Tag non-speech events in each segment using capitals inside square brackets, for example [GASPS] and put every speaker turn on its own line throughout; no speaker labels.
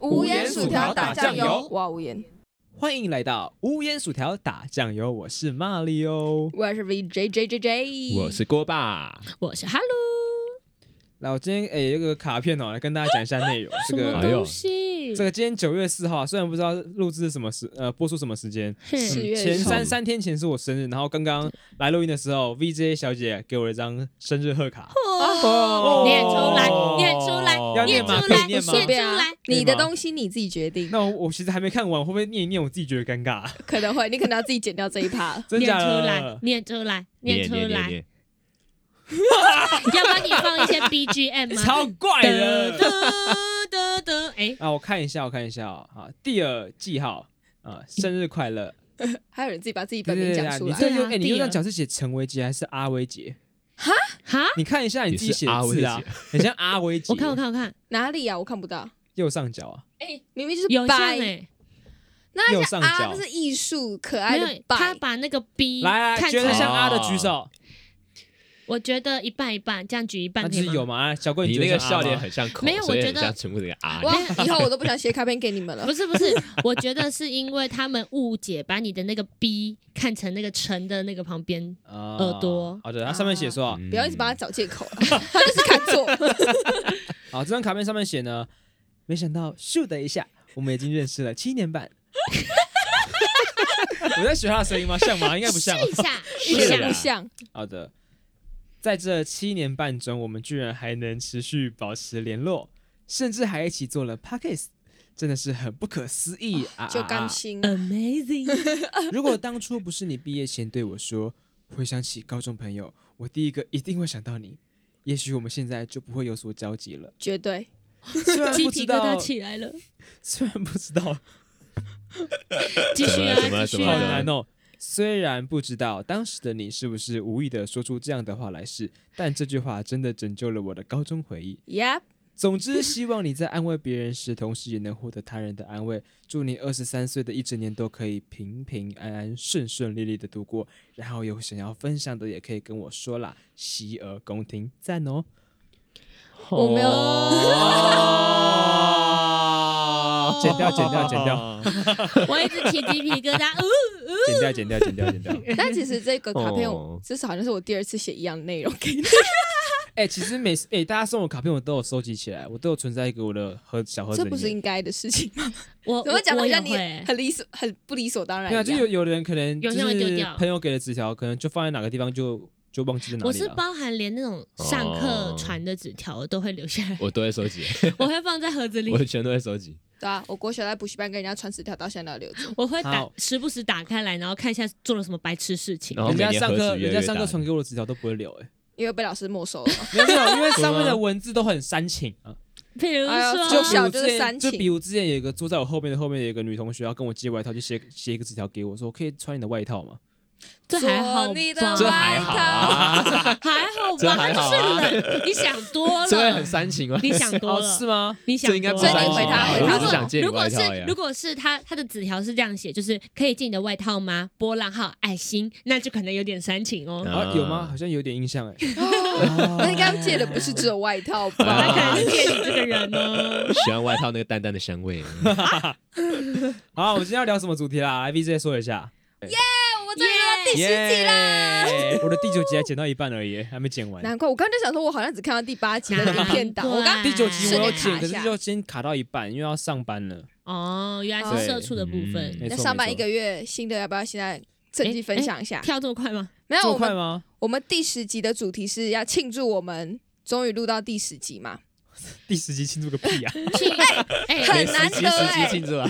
无盐薯条打酱油，
哇，无盐，
欢迎来到无盐薯条打酱油，我是哦马里欧。
我是 V J J J J，
我是锅巴。
我是 Hello，
那我今天诶有个卡片哦，来跟大家讲一下内容。这
什
个
么
哎呦
东西？
这个今天九月四号啊，虽然不知道录制是什么时呃播出什么时间，嗯
哼
嗯
是月
前
上
三三天前是我生日，然后刚刚来录音的时候，VJ 小姐给我一张生日贺卡，
哦，念出来，念出
要
来，
念
出
吗可
来，
以念吗
出来。
啊你的东西你自己决定，
那我我其实还没看完，会不会念一念我自己觉得尴尬？
可能会，你可能要自己剪掉这一
[LAUGHS]。
趴
真
念
假
出
的
来，？念出来，
念
念出
念念
来。
念
要帮你放一些 BGM
[LAUGHS]
吗？
超怪
的
的。
的的的，哎，
[LAUGHS] 啊，我看一下，我看一下哦，啊，第二记号啊，生日快
[LAUGHS]
乐！
还有人自己把自己
对
本
对
名
对
讲
啊，
出
你
来，
这
对
就
啊
哎，你
第
用这样
二
角是写陈维杰还是阿威杰？
哈，
你看一下你自己写的
也是
字啊
阿威，
很像阿威杰。
我看我，看我看，
哪里啊？我看不到，
右上角啊，
明明就是
有像
白，
哎，
那
右
是
上
啊，
角
那是艺术可爱
没
的
有，
白。
他把那个 B
来来，
嗯看
觉
成
得
来
像阿的
哦
举手，
我觉得一半一半，这样举一
那
半
就是
可以
有
吗？
嘛？小贵，
你
觉
那
得
个
像
笑
阿
脸
吗
很像口，
没有我
所以
觉
很
得
像全部这个啊。
哇，以后我都不想写卡片给你们了
不。是不是， [LAUGHS] 我觉得是因为他们误解，把你的那个 B 看成那个陈的那个旁边，
啊
耳朵啊
好的，它上面写说，
嗯
不要一直帮他找借口
[LAUGHS]
啊，他就是看错。
好，这张卡片上面写呢，没想到咻的一下，我们已经认识了七年
[LAUGHS]
半。我在学他的声音吗？像吗？应该不像。
试一
[LAUGHS]
下，
一
试一
点都不
啊
下
像。
好的，在这七年半中，我们居然还能持续保持联络，甚至还一起做了 podcast，真的是很不可思议啊！
就
啊
甘
啊
心。
，Amazing，
如果当初不是你毕业前对我说，回想起高中朋友，我第一个一定会想到你，也许我们现在就不会有所交集了。
绝对
虽
[LAUGHS]
然
鸡
啊不知
皮疙瘩
道，
起来了，
虽然不知道，
继续
怎么
啊，
了
继
怎
续
么
好
了
啊
难，哦。虽然不知道当时的你是不是无意的说出这样的话来是，但这句话真的拯救了我的高中回忆。
，Yep，
总之，希望你在安慰别人时，同时也能获得他人的安慰。祝你二十三岁的一整年都可以平平安安、顺顺利利的度过。然后有想要分享的，也可以跟我说啦，洗耳恭听，赞哦！
我没有 [LAUGHS]
哦
剪掉剪掉剪掉
[LAUGHS] 我一直起鸡皮疙
[LAUGHS]
瘩，呜
剪掉，剪掉，剪掉，剪掉。
但其实这个卡片，我
哦
至少好像是我第二次写一样的内容给你。
哎、其实每次哎、大家送我卡片，我都有收集起来，我都有存在一个我的盒小盒子
这
里
不是
面。
应该的事情吗？
[LAUGHS] 我
怎么讲？
我
好
我也
像你
会，
很理所、很不理所当然一
对啊，
样。
就有有的人可能就
有些会丢
是
掉
朋友给的纸条，可能就放在哪个地方就就忘记在哪里了。
我是包含连那种上课
哦
传的纸条我都会留下来，
我都会
[LAUGHS]
收集，
我会放在盒子里
哦我，全都会收集。
对啊，我国小在补习班跟人家传纸条，到现在都留着。
我会打
好
时不时打开来，然后看一下做了什么白痴事情
然。后
人家
每年
上
盒
课，
子越
人
来
家
越
上课
大
传给我的纸条都不会留、哎，
因为被老师没收了。
没有没有，因为上面
是
的
吗
文字都很煽情啊。
[LAUGHS]
比如
哎呀
说，
就
比
小
如之前
煽情
就比如之前有一个坐在我后面的后面有一个女同学要跟我借外套，就写写一个纸条给我说，可以穿你的外套吗？
这还好吧
做你的外套
这还好啊，
[LAUGHS] 还
[LAUGHS]
好
这
吧？
还好啊
它就是冷，你想多
这会
了
很，煽情啊吗？
你想多
哦，
了
是，吗？
你想
这应该
多
不
了
所以你
煽情
回他
吧
回
我
他
只
说
是想借你
如果
外套啊
是
呀
如。果是他他的纸条是这样写，就是可以借你的外套吗？波浪号爱心，那就可能有点煽情哦。
啊，有吗？好像有点印象哎。 [LAUGHS]
那应该借的
哦
不是只有外套
哎
他可
吧？
能是借你这个
[LAUGHS]
人哦。
[LAUGHS] 喜欢外套那个淡淡的香味，
好，我们今天要聊什么主题啦？来 VJ 说一下。
我终于到第十集啦！
耶！我的第九集还剪到一半而已，还没剪完。
难怪我刚才想说，我好像只看到第八集的影片档。我刚
第九集我有
顺便卡
剪，可
一
是
下
就先卡到一半，因为要上班了。
哦，原来
对
是社 [LAUGHS] 畜的部分。
嗯
没
那
错
上班
没
一
错
个月新的，要不要现在趁机分享一下？
跳这么
[LAUGHS]
快吗？
没有，
这
我
么快
们
吗？
我们第十集的主题是要庆祝我们终于录到第十集嘛？
第十集庆祝个屁啊！
哎，
很
十
难
集
得
十集
哎
庆祝啊！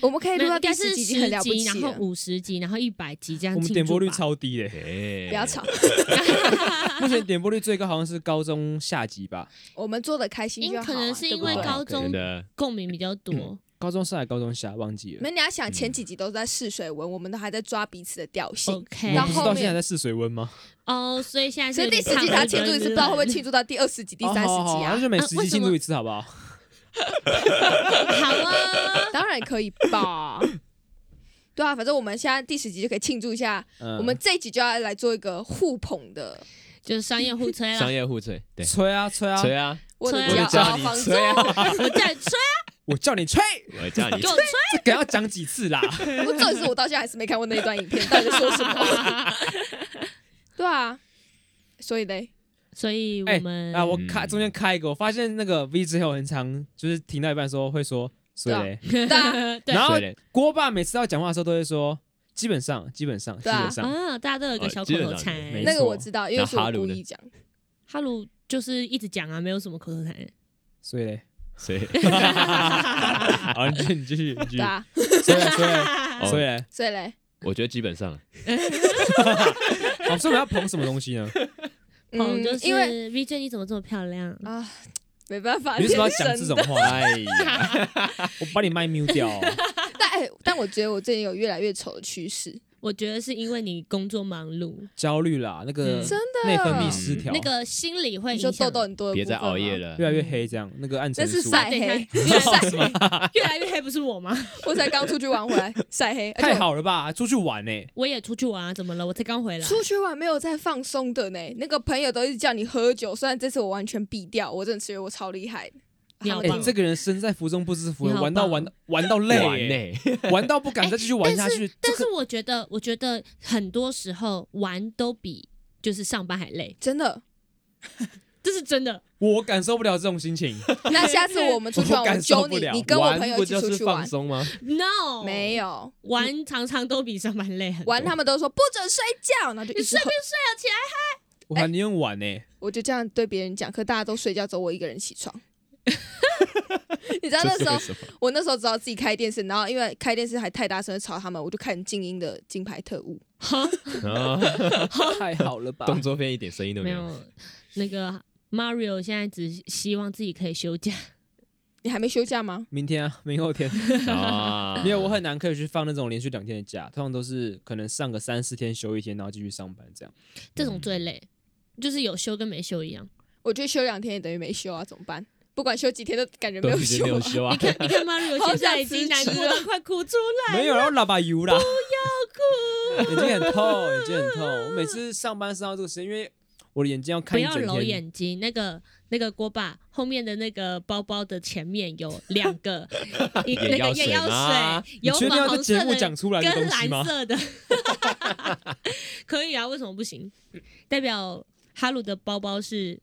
我们可以录
那
到
应
第
该
十
是
集已
十
经很了不
集，
起
然后
了。
五十集，然后一百集这样
我们
庆祝吧。
点播率超低的，
不
嗯
不要吵，
目前点播率最高好像是高中下集吧，
我们做的开心
因
就好啊。
可能是
对
因
不对
为高
真
中
的
共鸣比较多，
高中上还高中下忘记了。
没，你要想前几集都在试水文，我们都还在抓彼此的调性，
哦我
OK，
们
嗯到
不是
后
到
面
现在在试水温吗？
嗯
哦，所以现在是
所以
有
第
点
十集
差
才庆祝一次，不知道会不会庆祝到第二十集、第三十
哦好好
集
好那
啊？
就每
啊
十
为
集
什
庆
么
祝一次好不好？
好啊，
当然可以
[LAUGHS]
吧。对啊，反正我们现在第十集就可以庆祝一下。
嗯
我们这一集就要来做一个互捧的
就是商业互吹
商
啦。
业互吹，对，
吹啊吹啊
吹，啊，
我
吹
的
啊
我
骄
叫
傲
你
放纵
吹，啊，
我叫你吹，
我叫你吹，
我叫你
给我
吹，
吹，
这个要讲几次
[LAUGHS]
啦？
我重点是我到现在还是没看过那一段影片，到底在说什
[LAUGHS]
么？对啊，所以嘞，
所以
哎
我们
啊，我
嗯
开中间开一个，我发现那个 V 之后很常就是停到一半的时候会说所
对
以
啊
嘞，
对啊，
[LAUGHS]
[LAUGHS]
对
然后
所以嘞
锅爸每次要讲话的时候都会说基本上基本上基
对啊
本上，
啊，大家都有一个
呃
小口
基本
头
上
禅。
没
那个
错
我知道，因为是我
那哈鲁
故
呢
意讲。
哈鲁就是一直讲啊，没有什么口头禅。
所以嘞，
所 [LAUGHS]
[LAUGHS]
以
嗯好，你你继续你继续
对，啊，
所以嘞所以
[LAUGHS] 所以
哦
嘞所以嘞，
嘞，
我觉得基本上
好，所以我们要捧什么东西呢？
哦，
嗯
就是
因为
VJ 你怎么这么漂亮？
啊， [LAUGHS] 没办法，
你为什么要
天
讲这
生
种
的？
话？
哎呀，
[LAUGHS] 我把你麦 mute 掉哦。
但哎，但我觉得我最近有越来越丑的趋势，
我觉得是因为你工作忙碌，
焦虑啦，那个
[LAUGHS]
嗯
真的
内分泌失调，
那个心理会
你
影
说
响。
痘痘很多，
别再熬夜。了
越，来越黑，这样那个暗
那
沉
是
素
晒
等一下，
黑，
越来越黑， [LAUGHS] 越来越黑，不是我吗？
[LAUGHS] 我才刚出去玩回来，晒黑，而且
太
我
好了吧？出去玩欸呢、
我也出去玩啊，怎么了？我才刚回来。
出去玩没有在放松的呢，那个朋友都一直叫你喝酒，虽然这次我完全避掉，我真的觉得我超厉害的。
你好
哎、
棒
他们
这个人身在福中不知福，欸
你好棒
玩到
哦
玩到玩到累、
玩
欸，
呢，
玩到不敢再继续
[LAUGHS]
玩下去。
但
这
是
个
我觉得，我觉得很多时候玩都比就是上班还累，
真的，
这是真的。
我感受不了这种心情。
那下次我们出去玩，
我
我
感受
揪
不
你
了，
你跟我朋
玩
友
不
一起
就
出
是
去
放
玩。
松吗？
No，
没，有
玩常常都比上班累很多。
玩，他们都说不准睡觉，然后就一
你
直
睡
喝
不睡得起来？
我还宁愿玩呢、欸
我就这样对别人讲，可大家都睡觉，只有我一个人起床。你知道那时候，
[LAUGHS] 这是为什么
我那时候知道自己开电视，然后因为开电视还太大声会吵他们，我就看静音的《金牌特务
[LAUGHS]
啊，
太好了吧
动作片一点声音都
没
没有，
有，那个 Mario 现在只希望自己可以休假。》。
你还没休假吗？
明天啊，明后
[LAUGHS]
天，
啊
因为我很难可以去放那种连续两天的假，通常都是可能上个三四天休一天，然后继续上班这样。
这种
嗯
最累，就是有休跟没休一样。
我觉得休两天也等于没休啊，怎么办？不管休几天都感觉没
对
有
已经没
休、
有
啊。
修啊
你，看，你看 Mario
好
现在
想
已
辞
经难
职
过
啊
到快哭出
[LAUGHS]
来，
没有，然后喇叭油啦， [LAUGHS]
哭，
眼睛很痛，眼睛很痛。我每次上班上到这个时间，因为我的眼睛要
不
看一整
要
天。
揉眼睛。那个那个锅巴后面的那个包包的前面有两
[LAUGHS]
个一那
眼
个
药
眼
水
药
吗
水，
你
有
确定
粉
要在
红
节
色
目
的
讲出来的
跟
东西
蓝
吗？
色的， [LAUGHS] 可以啊？为什么不行？代表哈鲁的包包是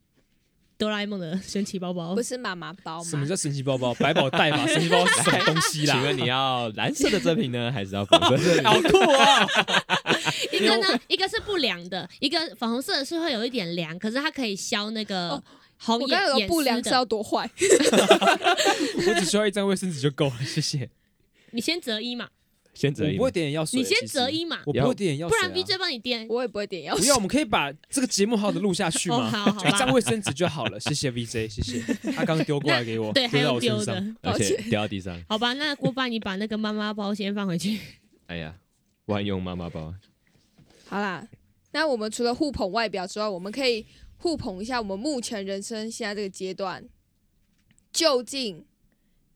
哆啦 A 梦的神奇包包
不，是妈妈包
什么
吗？
叫神奇包包？百宝袋吧？神奇包 [LAUGHS] 包是什么东西啦？
请问你要蓝色的赠品呢，还是要粉色
[LAUGHS]
的？
好酷啊！
一个呢，一个是不良的，一个粉红色的是会有一点凉，可是它可以消那个
哦
红
我
眼
刚才有
眼
个不良
丝
是
的。
要多坏？
我只需要一张卫生纸就够了，谢谢。
你先折一嘛，
先
我
折一
不
吗
会，点眼药水，
你先
其实
折一嘛，
我不会点眼药
不
水啊，
然 BJ 帮你垫。
我也不会点药
不
水
要，。我们可以把这个节目好好的录下去 [LAUGHS]
哦，
吗？哎
好好
一张
吧。
卫生纸就好了，谢谢 VJ，谢谢。他刚丢过来给 [LAUGHS] 我，
对，还
丢到
有
我
丢
身上
的。，
而
抱
且
歉
掉到地上，
好吧，那锅巴，你把那个妈妈包先放
[LAUGHS]
回去。
哎呀，万用妈妈包，
好啦，那我们除了互捧外表之外，我们可以互捧一下我们目前人生现在这个阶段，究竟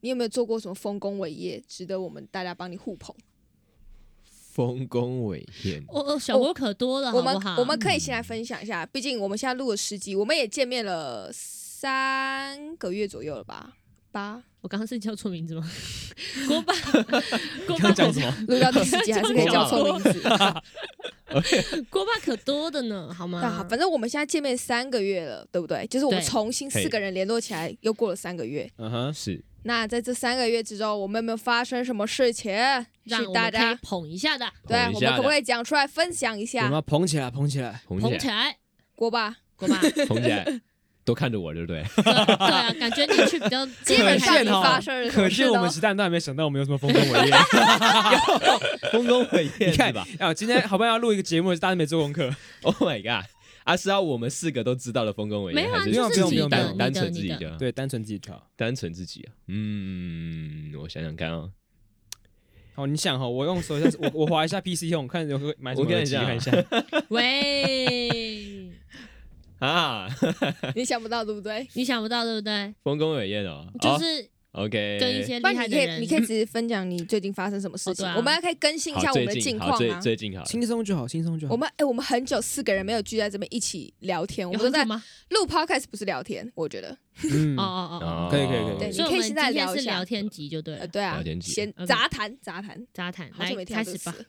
你有没有做过什么丰功伟业，值得我们大家帮你互捧？
丰功伟业。
哦哦，小锅可多了，
我
好
们
不好？
我们可以先来分享一下，毕竟我们现在录了十集，我们也见面了三个月左右了吧？
[LAUGHS]
八
我刚刚是叫错名字吗？
[LAUGHS]
锅
[LAUGHS]
巴，锅
你
巴
要
可
讲
[LAUGHS]
什么？
录到第十集还是可以叫错名字。
锅巴可多的呢，好
[LAUGHS] 那好，
吗？
反正我们现在见面三个月了，对不对？就是我们
对
重新四个人联络起来，又过了三个月。
嗯哼，
是
那在这三个月之中，我们有没有发生什么事情？
让
是
我
大
们可以
家
捧一下的，
对啊
捧
我
一
们
下
可不可
的，
以讲出来分享一
我们
下？
要捧起来，捧起来。
捧
捧
起
起
来，
来，
锅巴，
锅巴。对
捧起来，都看着我，对不对？
对啊，感觉你去比
[LAUGHS]
较
基本上
可
你
见哦
发生了什
可
么事
见我
呢
们？实蛋都还没想到我们有什么丰功伟 [LAUGHS] 业。
丰功伟业，
你看
是
[LAUGHS]
吧
啊，今天好不容易要录一个节目，大家没做功课。
？Oh my god！啊，是要我们四个都知道的丰功伟
没
业，
有啊
还是
就是
自
自
己
己的
单
你的
单纯自己
你的
的？
[LAUGHS] 对，单纯自己调。
单纯自己啊。嗯，我想想看啊，
好，你想哈，我用手一下，我我滑一下 PC 用，看有个买什
我
么
看
耳
一
机
下啊
看
[LAUGHS]
一下。
[LAUGHS] 喂，
啊， [LAUGHS]
你想不到对不对？
你想不到对不对？
丰功伟业哦，
就
哦
是
OK，
跟一些
不
厉
然
害
你
的
可以，
人
你可
[LAUGHS]
以只是分享你最近发生什么事情，
哦对啊
我们还可以更新一
好
下我们
最
的近
近
况
好最
啊。
最近好了，
轻松就好，轻松就好。
我们哎、我们很久四个人没有聚在这边一起聊天，我
有
们都
很久
在
吗？
录 podcast，不是聊天。我觉得，
嗯
哦，哦哦哦，
可以可以可以
对，
所以
你
我
可
们
以
今
现在
天
聊一
是聊
下。
天集就对
呃，
了，
对啊
聊，天集
闲
OK
杂谈杂谈，
杂谈
好久
来
没听到
开
这
始
个
吧。
词。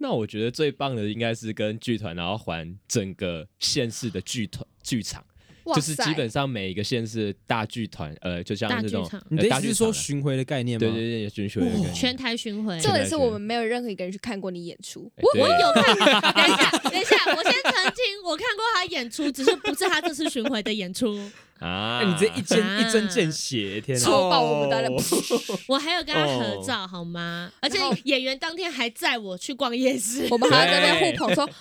那我觉得最棒的应该是跟剧团，然后还整个县市的剧团剧场，
哇
就是
塞
基本上每一个县市的大剧团，呃，就像
大
那
剧
种
场
你
呃
的意
大
思
剧
是
场
说
啊
巡回的概念吗？
对对对，也军训的
哇
感觉。
全台巡回，
重
这
点是我们没有任何一个人去看过你演出，
哎
我
对
我有看， [LAUGHS] 等一下，等一下，我先澄清，我看过他演出，只是不是他这次巡回的
[LAUGHS]
演出。
啊
哎，你这一哦针
啊
一针见血，天
戳
哪！
爆我们的人，
我还有跟他
哦
合照，好吗？而且
然后
演员当天还载我去逛夜市，
我们还要在那边互捧说，哇，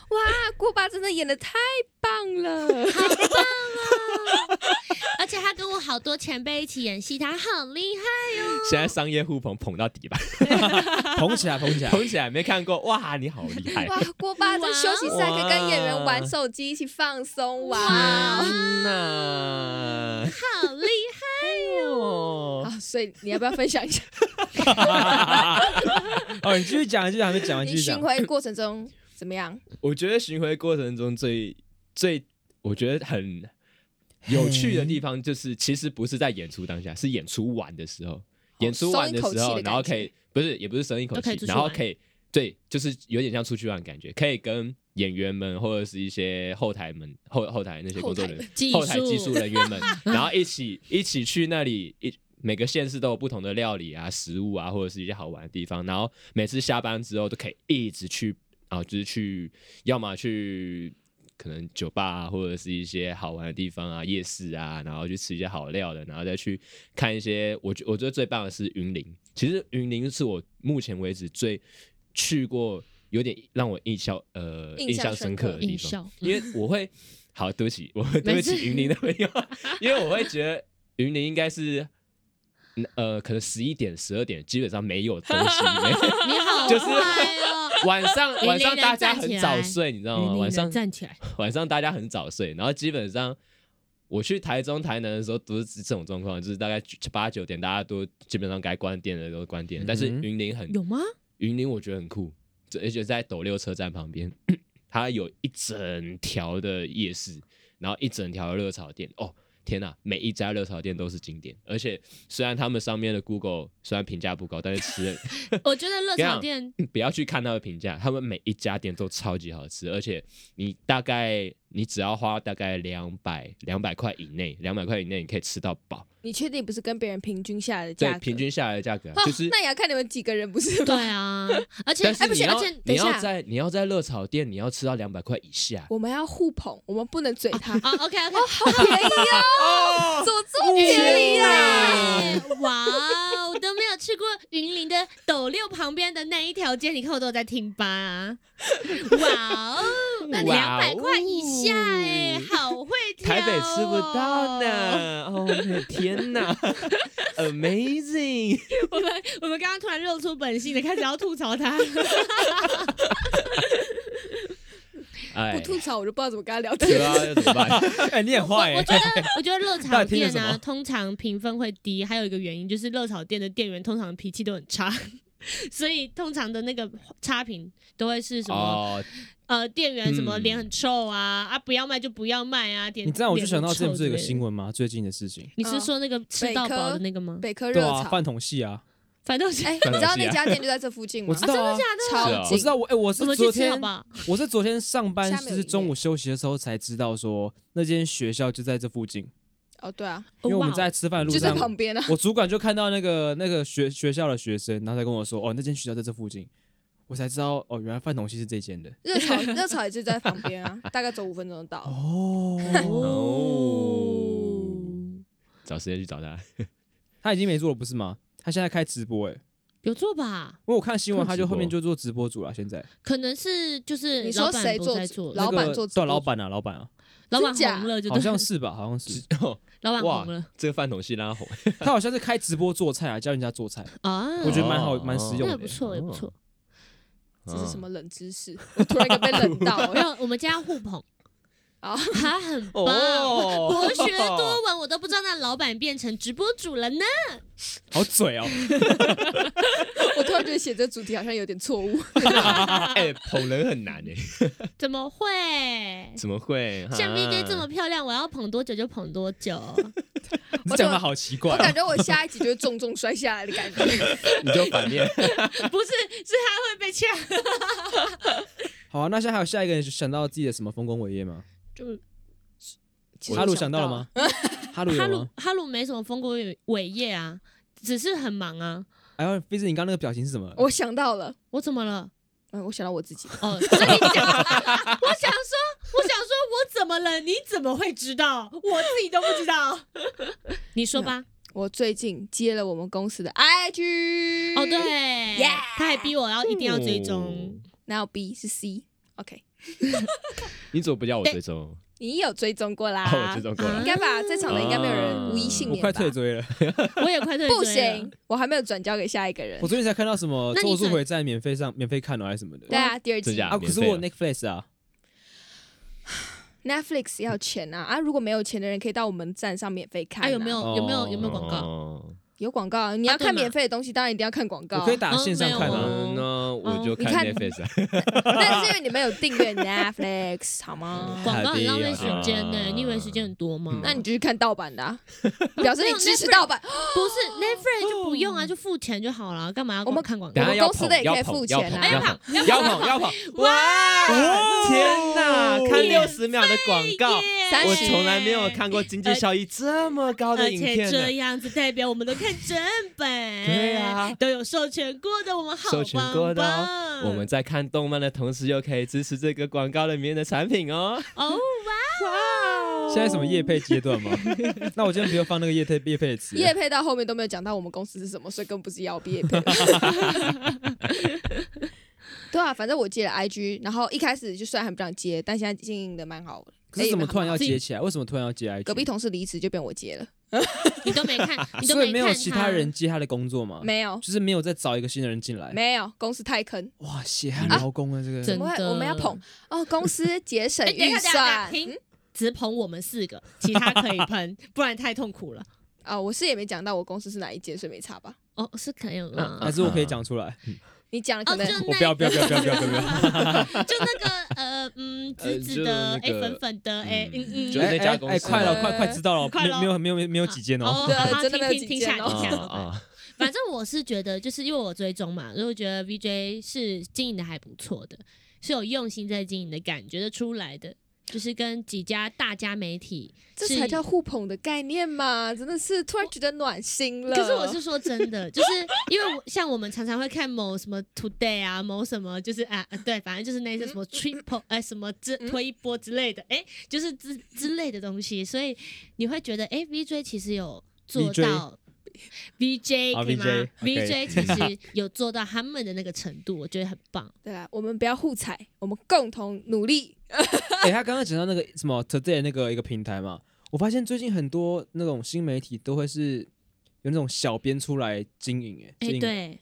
郭爸真的演的太棒了，
而且他跟我好多前辈一起演戏，他很厉害。
现在商业互捧捧到底吧， [LAUGHS]
捧起来，捧起来！
捧起来没看过，哇，你好厉害！
哇，郭爸在休息室还可以跟演员玩
哦
手机，一起放松，哇。
那
好
[LAUGHS]
厉害！
啊哦，
啊，所以你要不要分享一
[LAUGHS]
下
哦，你继续讲，继续讲，还没讲完，继
你
续
巡
讲。
回过程中怎么样？
我觉得巡回过程中最最，我觉得很有趣的地方就是，其实不是在演出当下，是演出完的时候，演出完
松一
时
口气
候，
的
然后
感觉
可以不是也不是松一口
都可以
气
出，去
然后
玩
可以对，就是有点像出去玩的感觉，可以跟演员们或者是一些后台们后后台那些工作人员。
技
后台技术人员们，然后一起一起去那里，一每个县市都有不同的料理啊、食物啊，或者是一些好玩的地方。然后每次下班之后都可以一直去啊、就是去要么去可能酒吧啊，或者是一些好玩的地方啊、夜市啊，然后去吃一些好料的，然后再去看一些我觉我觉得最棒的是云林。其实云林是我目前为止最去过。有点让我印象呃
印
印
象
象
深
深刻
刻
的地
印
方，
象。
因为我会，好，对不起，我对不
没
起
事
云林的朋友，因为我会觉得云林应该是，嗯呃，可能十一点、十二点基本上没有东西，
[LAUGHS]
没
你好
就是
快
[LAUGHS]
哦！
晚上
云林
晚上
人
大家
站起
很早
来
睡，你知道
云
吗？
林
哦晚
人
上
站起来，
[LAUGHS]
晚上大家很早睡，然后基本上我去台中、台南的时候都是这种状况，就是大概九八九点大家都基本上该关店的都关店，但是
嗯哼
云林很
有吗？
云林我觉得很酷，这而且在斗六车站旁边，它有一整条的夜市，然后一整条的热炒店。哦，天呐，每一家热炒店都是经典，而且虽然他们上面的 Google 虽然评价不高，但是吃的
[LAUGHS] 我觉得热炒店
不要去看他的评价，他们每一家店都超级好吃，而且你大概你只要花大概两百两百块以内，两百块以内你可以吃到饱，
你确定不是跟别人平均下来的价
对，
格？
平均下来的价格啊、
哦
就是
那也要看你们几个人不是吗？
对 [LAUGHS] 啊，而且
但是
哎不
你
行，
要
而且
你
等一
要
下
在你要在热炒店，你要吃到两百块以下。
[LAUGHS] 我们要互捧，我们不能嘴他。
啊 OK OK，
好便宜哦，怎么这么便宜啊？
哎哇，我都没有去过云林的斗六旁边的那一条街，你看我都有在听
[LAUGHS]
吧。哇哦，那两
哇
百
哦
块以下哎、好会挑、
台北吃不到。呢！哦，我的天哪 [LAUGHS] ，Amazing！
我们 [LAUGHS] 我们刚刚突然露出本性的，开始要吐槽他。
哎
不，吐槽我就不知道怎么跟他聊
对
天。
啊，要怎么
[LAUGHS]
办？
[LAUGHS] 哎，你很
我
坏
我
耶，
觉得我觉得
[LAUGHS]
热
到
炒
底听了
店
什
啊，
么
通常评分会低，还有一个原因就是热炒店的店员通常脾气都很差。 [LAUGHS] 所以通常的那个差评都会是什么、
哦，
呃，店员什么
嗯
脸很臭啊、啊，不要卖就不要卖啊，点
你知道我就想到之
这
前不是有个新
闻，
闻吗？最近的事情，
你是说那个吃到饱的那个吗？
嗯北科热
对啊，
炒，
饭桶系啊，
反正是
哎，你知道
啊
那家店就在这附近吗？
我知道
真
啊，
的
超
假的
我
近
知。道，我哎，我
我
是
们
昨
去吃
天
好不好？
我是昨天上班，
下面有
就是
营
中
业
午休息的时候才知道说那间学校就在这附近，
哦，对啊，
因为我们
哇
在吃饭的路
就在
上，
旁边啊。
我主管就看到那个那个学学校的学生，然后才跟我说，哦，那间学校在这附近，我才知道哦，原来范同系是这间的
[LAUGHS] 热炒热炒也就在旁边 [LAUGHS] 啊，大概走五分钟就到了。
哦，
哦找时间去找他。
[LAUGHS] 他已经没做了不是吗？他现在开直播哎、因
有做吧？
为我看新闻，他
看直
就后面
播
就做直播主了。现在
可能是就是
你
老
说
板
谁
不
做
在
主
做，
老板
那个
做直
对
播
老板啊，老板啊，
老板
真假
红了就
好
对
像
了，
是吧？好
[LAUGHS]
像是，
哦
老板
哇
红了，
这个饭桶系拉红，
他好像是开直播做菜啊，教人家做菜，
嗯
啊，
我觉得蛮好，
哦
蛮实
那
用
也
的
不
欸。
错，也不错。
这是什么冷知识？我突然一个被冷到，
没
[LAUGHS]
然后
有，我们今天要互捧，
啊、
[LAUGHS]
哦，
他很棒，
[LAUGHS]
哦
博学多闻，我都不知道那老板变成直播主了呢。
好嘴哦，
我突然觉得写这主题好像有点错
[LAUGHS]
误。
[LAUGHS] 哎、捧人很难哎、
怎么会？
[LAUGHS] 怎么会？
像
啊
VJ 这么漂亮，我要捧多久就捧多久。
你讲的好奇怪
我
啊
哦、
感觉我下一集就是重重摔下来的感
[LAUGHS]
觉。
你就反面，
不是，是他会被掐。
好啊，那现在还有下一个人想到自己的什么丰功伟业吗？
就
其实
哈鲁
想
想
到
到了吗？ [LAUGHS] 哈鲁
哈
有
鲁
吗？
哈鲁没什么丰功伟伟业啊，只是很忙啊。
哎呦，菲子，你刚刚那个表情是什么？
我想到了，
我怎么了？
嗯，我想到我自己。
哦，这你讲了。我想说，我想说，我怎么了？你怎么会知道？我自己都不知道。你说吧。
我最近接了我们公司的 IG，
哦，，对
Yeah 嗯
他还逼我 [LAUGHS] 要一定要追踪。
然后 B 是 C，OK，、
你怎么不叫我追踪？
你有追踪过啦？
哦，我追踪过
啊
了
应。该吧？在场的应该没有人无一幸
啊我
免吧？
快退追了，
我也快退追了
不行，，我还没有转交给下一个人
我。最近才看到什么
那
《
你
咒术
转
回战》免费上免费看哦，还是什么的。
对啊，第二
真
季
假
啊，可是
免费
我有
啊
Netflix 啊，
Netflix 要钱啊啊！如果没有钱的人可以到我们站上免费看、啊。
啊，有没有有没有有没有广告？
告？
有广告啊？你要
啊对
看
嘛
免费的东西，当然一定要看广告、
我
啊
可以。打线上看
哦没有哦
啊。
那嗯我就
哦
看
你看
Netflix 啊。
但是因为你没有订阅 Netflix 好
[LAUGHS]
吗？
广告很浪费时间呢、
啊
你以为时间很多
嗯
吗？
那你就去看盗版的、
[LAUGHS]
啊，表示
没
你
有
支持盗版。
不是 Netflix 就不用啊，就付钱就好了，干嘛要
哦我们
看广告
等一？
我们
下要
公司
捧
的也
要
可以
捧
付
要
钱
捧
啊
要
哎
捧
要
要
捧哦
捧要
[LAUGHS]
捧！
哇
天哪，看
免
六十秒的广告，
三
我
十
从来没有看过经济效益这么高的
而
影
且
片
这
呢。
样子代表我们都看正版，
[LAUGHS] 对啊
都有授权过的，我们好
授权过的哦
棒棒
我们在看动漫的同时，又可以支持这个广告里面的产品哦。
哦
现在什么夜配阶段吗？那我今天不用放那个夜配夜配的词。
叶配到后面都没有讲到我们公司是什么，所以根本不是要叶配。对啊，反正我接了 IG，然后一开始就虽然很不想接，但现在经营的蛮好的。
可是怎么突然要
哎
接起来？为什么突然要接 IG？
隔壁同事离职就变我接了，
你都
[LAUGHS]
没看，你都
所以没
没
有
看
其
它
他人，接他的工作吗？，
没有
就是没有再找一个新的人进来。
没有，公司太坑，
哇，血汗劳工啊，这个
真
我们会
的，
我们要捧。哦，公司节省
哎，等一
预
下，等一下，
算
等一下停，只捧我们四个，其他可以喷，
[LAUGHS]
不然太痛苦了。
啊，我是也没讲到我公司是哪一间，所以没差吧？
哦，是可以了，
还是我可以讲出
啊
来？
你讲了可
哦，就
能
那
我不要不要不要不要不要不
[LAUGHS]
要！
就那个呃嗯紫紫
呃
的
就
哎
那个
粉粉的哎嗯嗯，
就是那家公司
哎，哎快了，快快知道了，
快了
没有没有没有没有几间 [LAUGHS] 哦。
哦
对啊
好好
真的
听
没有
听
几
听
件
下
哦
听下，
啊
拜拜
啊！
反正我是觉得，就是因为我追踪嘛，所以我觉得 VJ 是经营的还不错的，是有用心在经营的感觉得出来的，就是跟几家大家媒体
这
是
才叫互捧的概念嘛，真的是突然觉得暖心了。
可是我是说真的，就是因为我像我们常常会看某什么 Today 啊，某什么就是啊，啊对，反正就是那些什么
嗯 [LAUGHS]
Triple 哎、什么之推一波之类的，哎、就是之之类的东西，所以你会觉得哎、v j 其实有做
VJ
到。VJ
好
可以吗
VJ
？VJ 其实有做到他们的那个程度，我觉得很棒。
对啦，我们不要互踩，我们共同努力。
哎，他刚刚讲到那个什么 Today 那个一个平台嘛，我发现最近很多那种新媒体都会是有那种小编出来经营，哎，
哎、
经营，
对，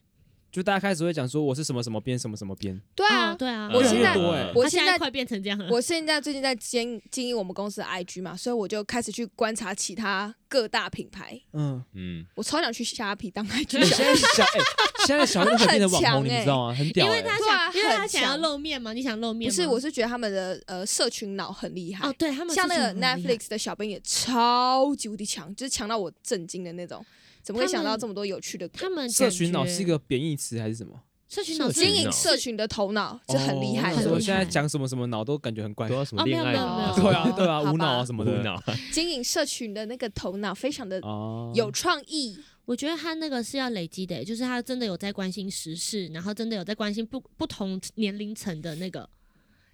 就大家开始会讲说我是什么什么编什么什么编，
对啊，
哦对啊，
我现在
越来越多哎
我
他
现
现
在
快变成这样了。
我现在最近在经经营我们公司的 IG 嘛，所以我就开始去观察其他各大品牌。
嗯，
[LAUGHS]
嗯，
我超想去虾皮当 IG
现
小
在小哎，现在小编都可以变成网红，
很强
你
哎
知道吗？很屌
因为
哎，
他
对啊
想，因为他
很
想要
强
露面嘛，你想露面
不
吗？
是，我是觉得他们的呃社群脑很厉害。
哦，对他们
像那
是
个
真的很厉害
Netflix 的小编也超级无敌强，就是强到我震惊的那种。怎么会
他
想到
们
这么多有趣的梗？
他们
社群脑
感觉
是一个贬义词还是什么？
社群脑
社
是
群
经营
脑
社群的头脑就很厉害
哦我想
很
说
了
厉。害
现在讲什么什么脑都感觉很怪
不。知道什么
哦没有
恋爱
没
脑
有没有
啊，
[LAUGHS] 对啊，对啊，
好吧
无脑啊什么
无
的。
脑，
经营社群的那个头脑非常的
哦，
有创意，
我觉得他那个是要累积的，欸就是他真的有在关心时事，然后真的有在关心不不同年龄层的那个，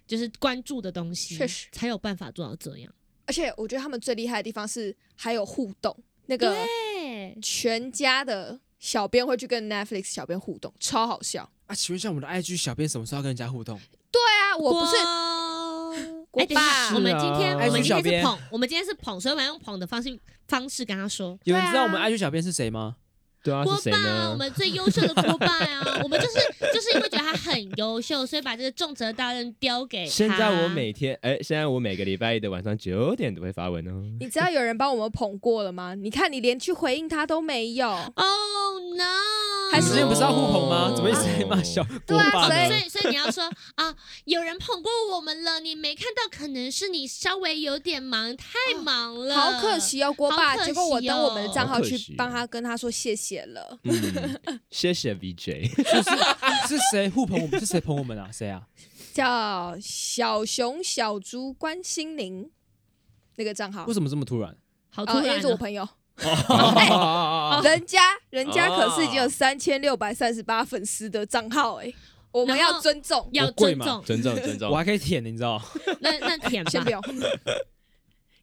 就是关注的东西，
确实
才有办法做到这样。
而且我觉得他们最厉害的地方是还有互动，那个
对，
全家的小编会去跟 Netflix 小编互动，超好笑。
啊，请问一下，我们的 IG 小编什么时候要跟人家互动？
对啊，我不是
哎，等一下，
吧
我
啊
们今天我们今天
小
是
编
捧，我们今天是捧，所以我们要用捧的方式方式跟他说。
有人知道我
对
们
啊
IG 小编是谁吗？ [LAUGHS]
对啊，
锅
是谁
巴啊，我
呢？
们最优秀的锅巴啊，我们就是就就是因为觉得他很优秀，所以把这个重责大任丢给他。
现在我每天，哎、现在我每个礼拜一的晚上九点都会发文哦。
你知道有人帮我们捧过了吗？你看你连去回应他都没有，
Oh no！
还
你之
是
前不是要互捧吗？怎么一直在骂小
哎对
锅
啊
巴
所
呢
所？
[LAUGHS]
以，所以你要说啊，有人捧过我们了，你没看到，可能是你稍微有点忙，太忙了，
啊好可。惜哦，锅巴。
好可惜哦
结果我登我们的账号
好可
去
惜
帮他跟他说谢谢了。
[LAUGHS]
嗯，谢谢 VJ，
是谁互捧我们？是谁捧我们啊？谁啊？
叫小熊小猪关心您那个账号
为，什么这么突然？
好突
啊，因为
然
是
哦、
我朋友，
哎 [LAUGHS]
哦
人家人家可是已
哦
经有三千六百三十八粉丝的账号哎，我们
然
要
后
尊重，
要
我贵
尊
嘛
重，
[LAUGHS] 尊重尊
我
重，
还可以舔，你知道？
那那
[LAUGHS]
舔
先
吧
不，用。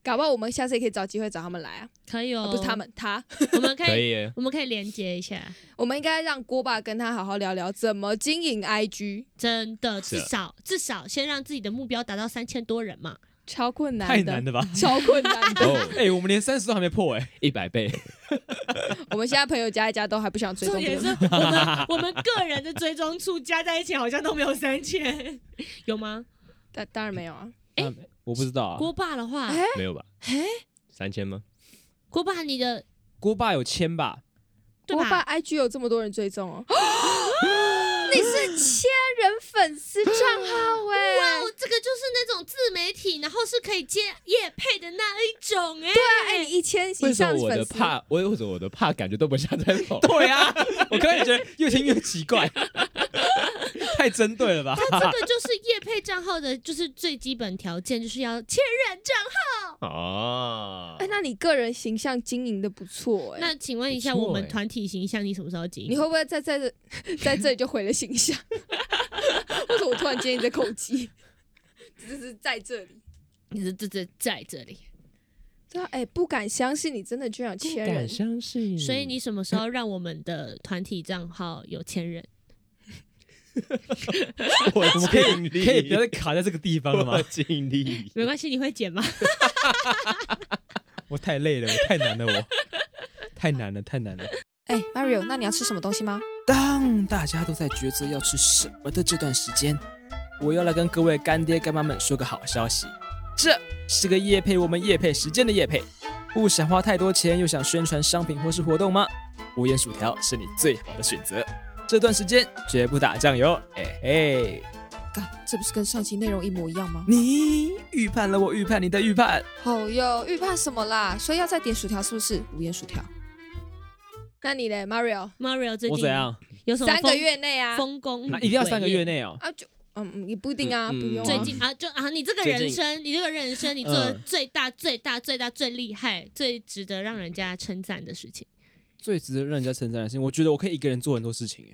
搞不好我们下次也可以找机会找他们来啊，
可以
啊
哦，
不是他，们，他，
我们可以，
可以耶。
我们可以连接一下，
我们应该让锅巴跟他好好聊聊怎么经营 IG，
真的，
是
至
啊
少至少先让自己的目标达到三千多人嘛，
超困难的，
太难了吧？
超困难的。
哦，
[LAUGHS] 哎，我们连三十都还没破哎。
一百
[LAUGHS]
倍，
我们现在朋友加一加都还不想 [LAUGHS] 追踪别人，
是我们我们个人的追踪数加在一起好像都没有三千， [LAUGHS] 有吗？
当当然没有啊。
啊我不知道啊。
锅巴的话，
哎
没有吧？三千吗？
锅巴你的
锅巴有签吧？
对
我把
吧？
IG 有这么多人追踪 [GASPS] 哦，你是千人粉丝账号哎、
哦，这个就是那种自媒体，然后是可以接业配的那一种哎、
哎、你一千以
为什
上
么我的
粉丝，
怕，为为什么我的怕感觉都不像在跑？
对啊， [LAUGHS] 我刚才觉得越听越奇怪， [LAUGHS] 太针对了吧？
它这个就是业配账号的，就是最基本条件，就是要千人账号。
哦
哎、，那你个人形象经营的不错哎、
那请问一下，
不错
我们
欸
团体形象你什么时候经营？
你会不会在在这在这里就毁了形象？ [LAUGHS] 为什么我突然间你的口气？只是在这里。
你这这这在这里，
对啊，哎、不敢相信你真的居然有千人，
相信
嗯
所以你什么时候让我们的团体账号有千
嗯
人？
我
我们可以
尽力，
可以不要再卡在这个地方了
我
吗？
尽力。
没关系，你会剪吗？
[LAUGHS] 我太累了，我太难了， [LAUGHS] 我太难了，太难了。
哎、m a r i o 那你要吃什么东西吗？
当大家都在抉择要吃什么的这段时间，我要来跟各位干爹干妈们说个好消息，这是个夜配我们夜配时间的夜配。不想花太多钱，又想宣传商品或是活动吗？无盐薯条是你最好的选择。这段时间绝不打酱油，哎嘿，
干，啊这不是跟上期内容一模一样吗？
你预判了我预判你的预判，
好哟，预判什么啦？所以要再点薯条是不是？无盐薯条。那你嘞，Mario？
Mario 最
我
近嗯
怎样？
有什么
三个
丰
月内啊？
丰功？
那一定要三个月内哦。
啊就嗯嗯，也不一定啊，
嗯
不用、啊。
最近啊，就啊，你这个人
最近
生，你这个人生，你做的
嗯
最大、最大、最大、最厉害、最值得让人家称赞的事情
最值得让人家称赞的事情，我觉得我可以一个人做很多事情，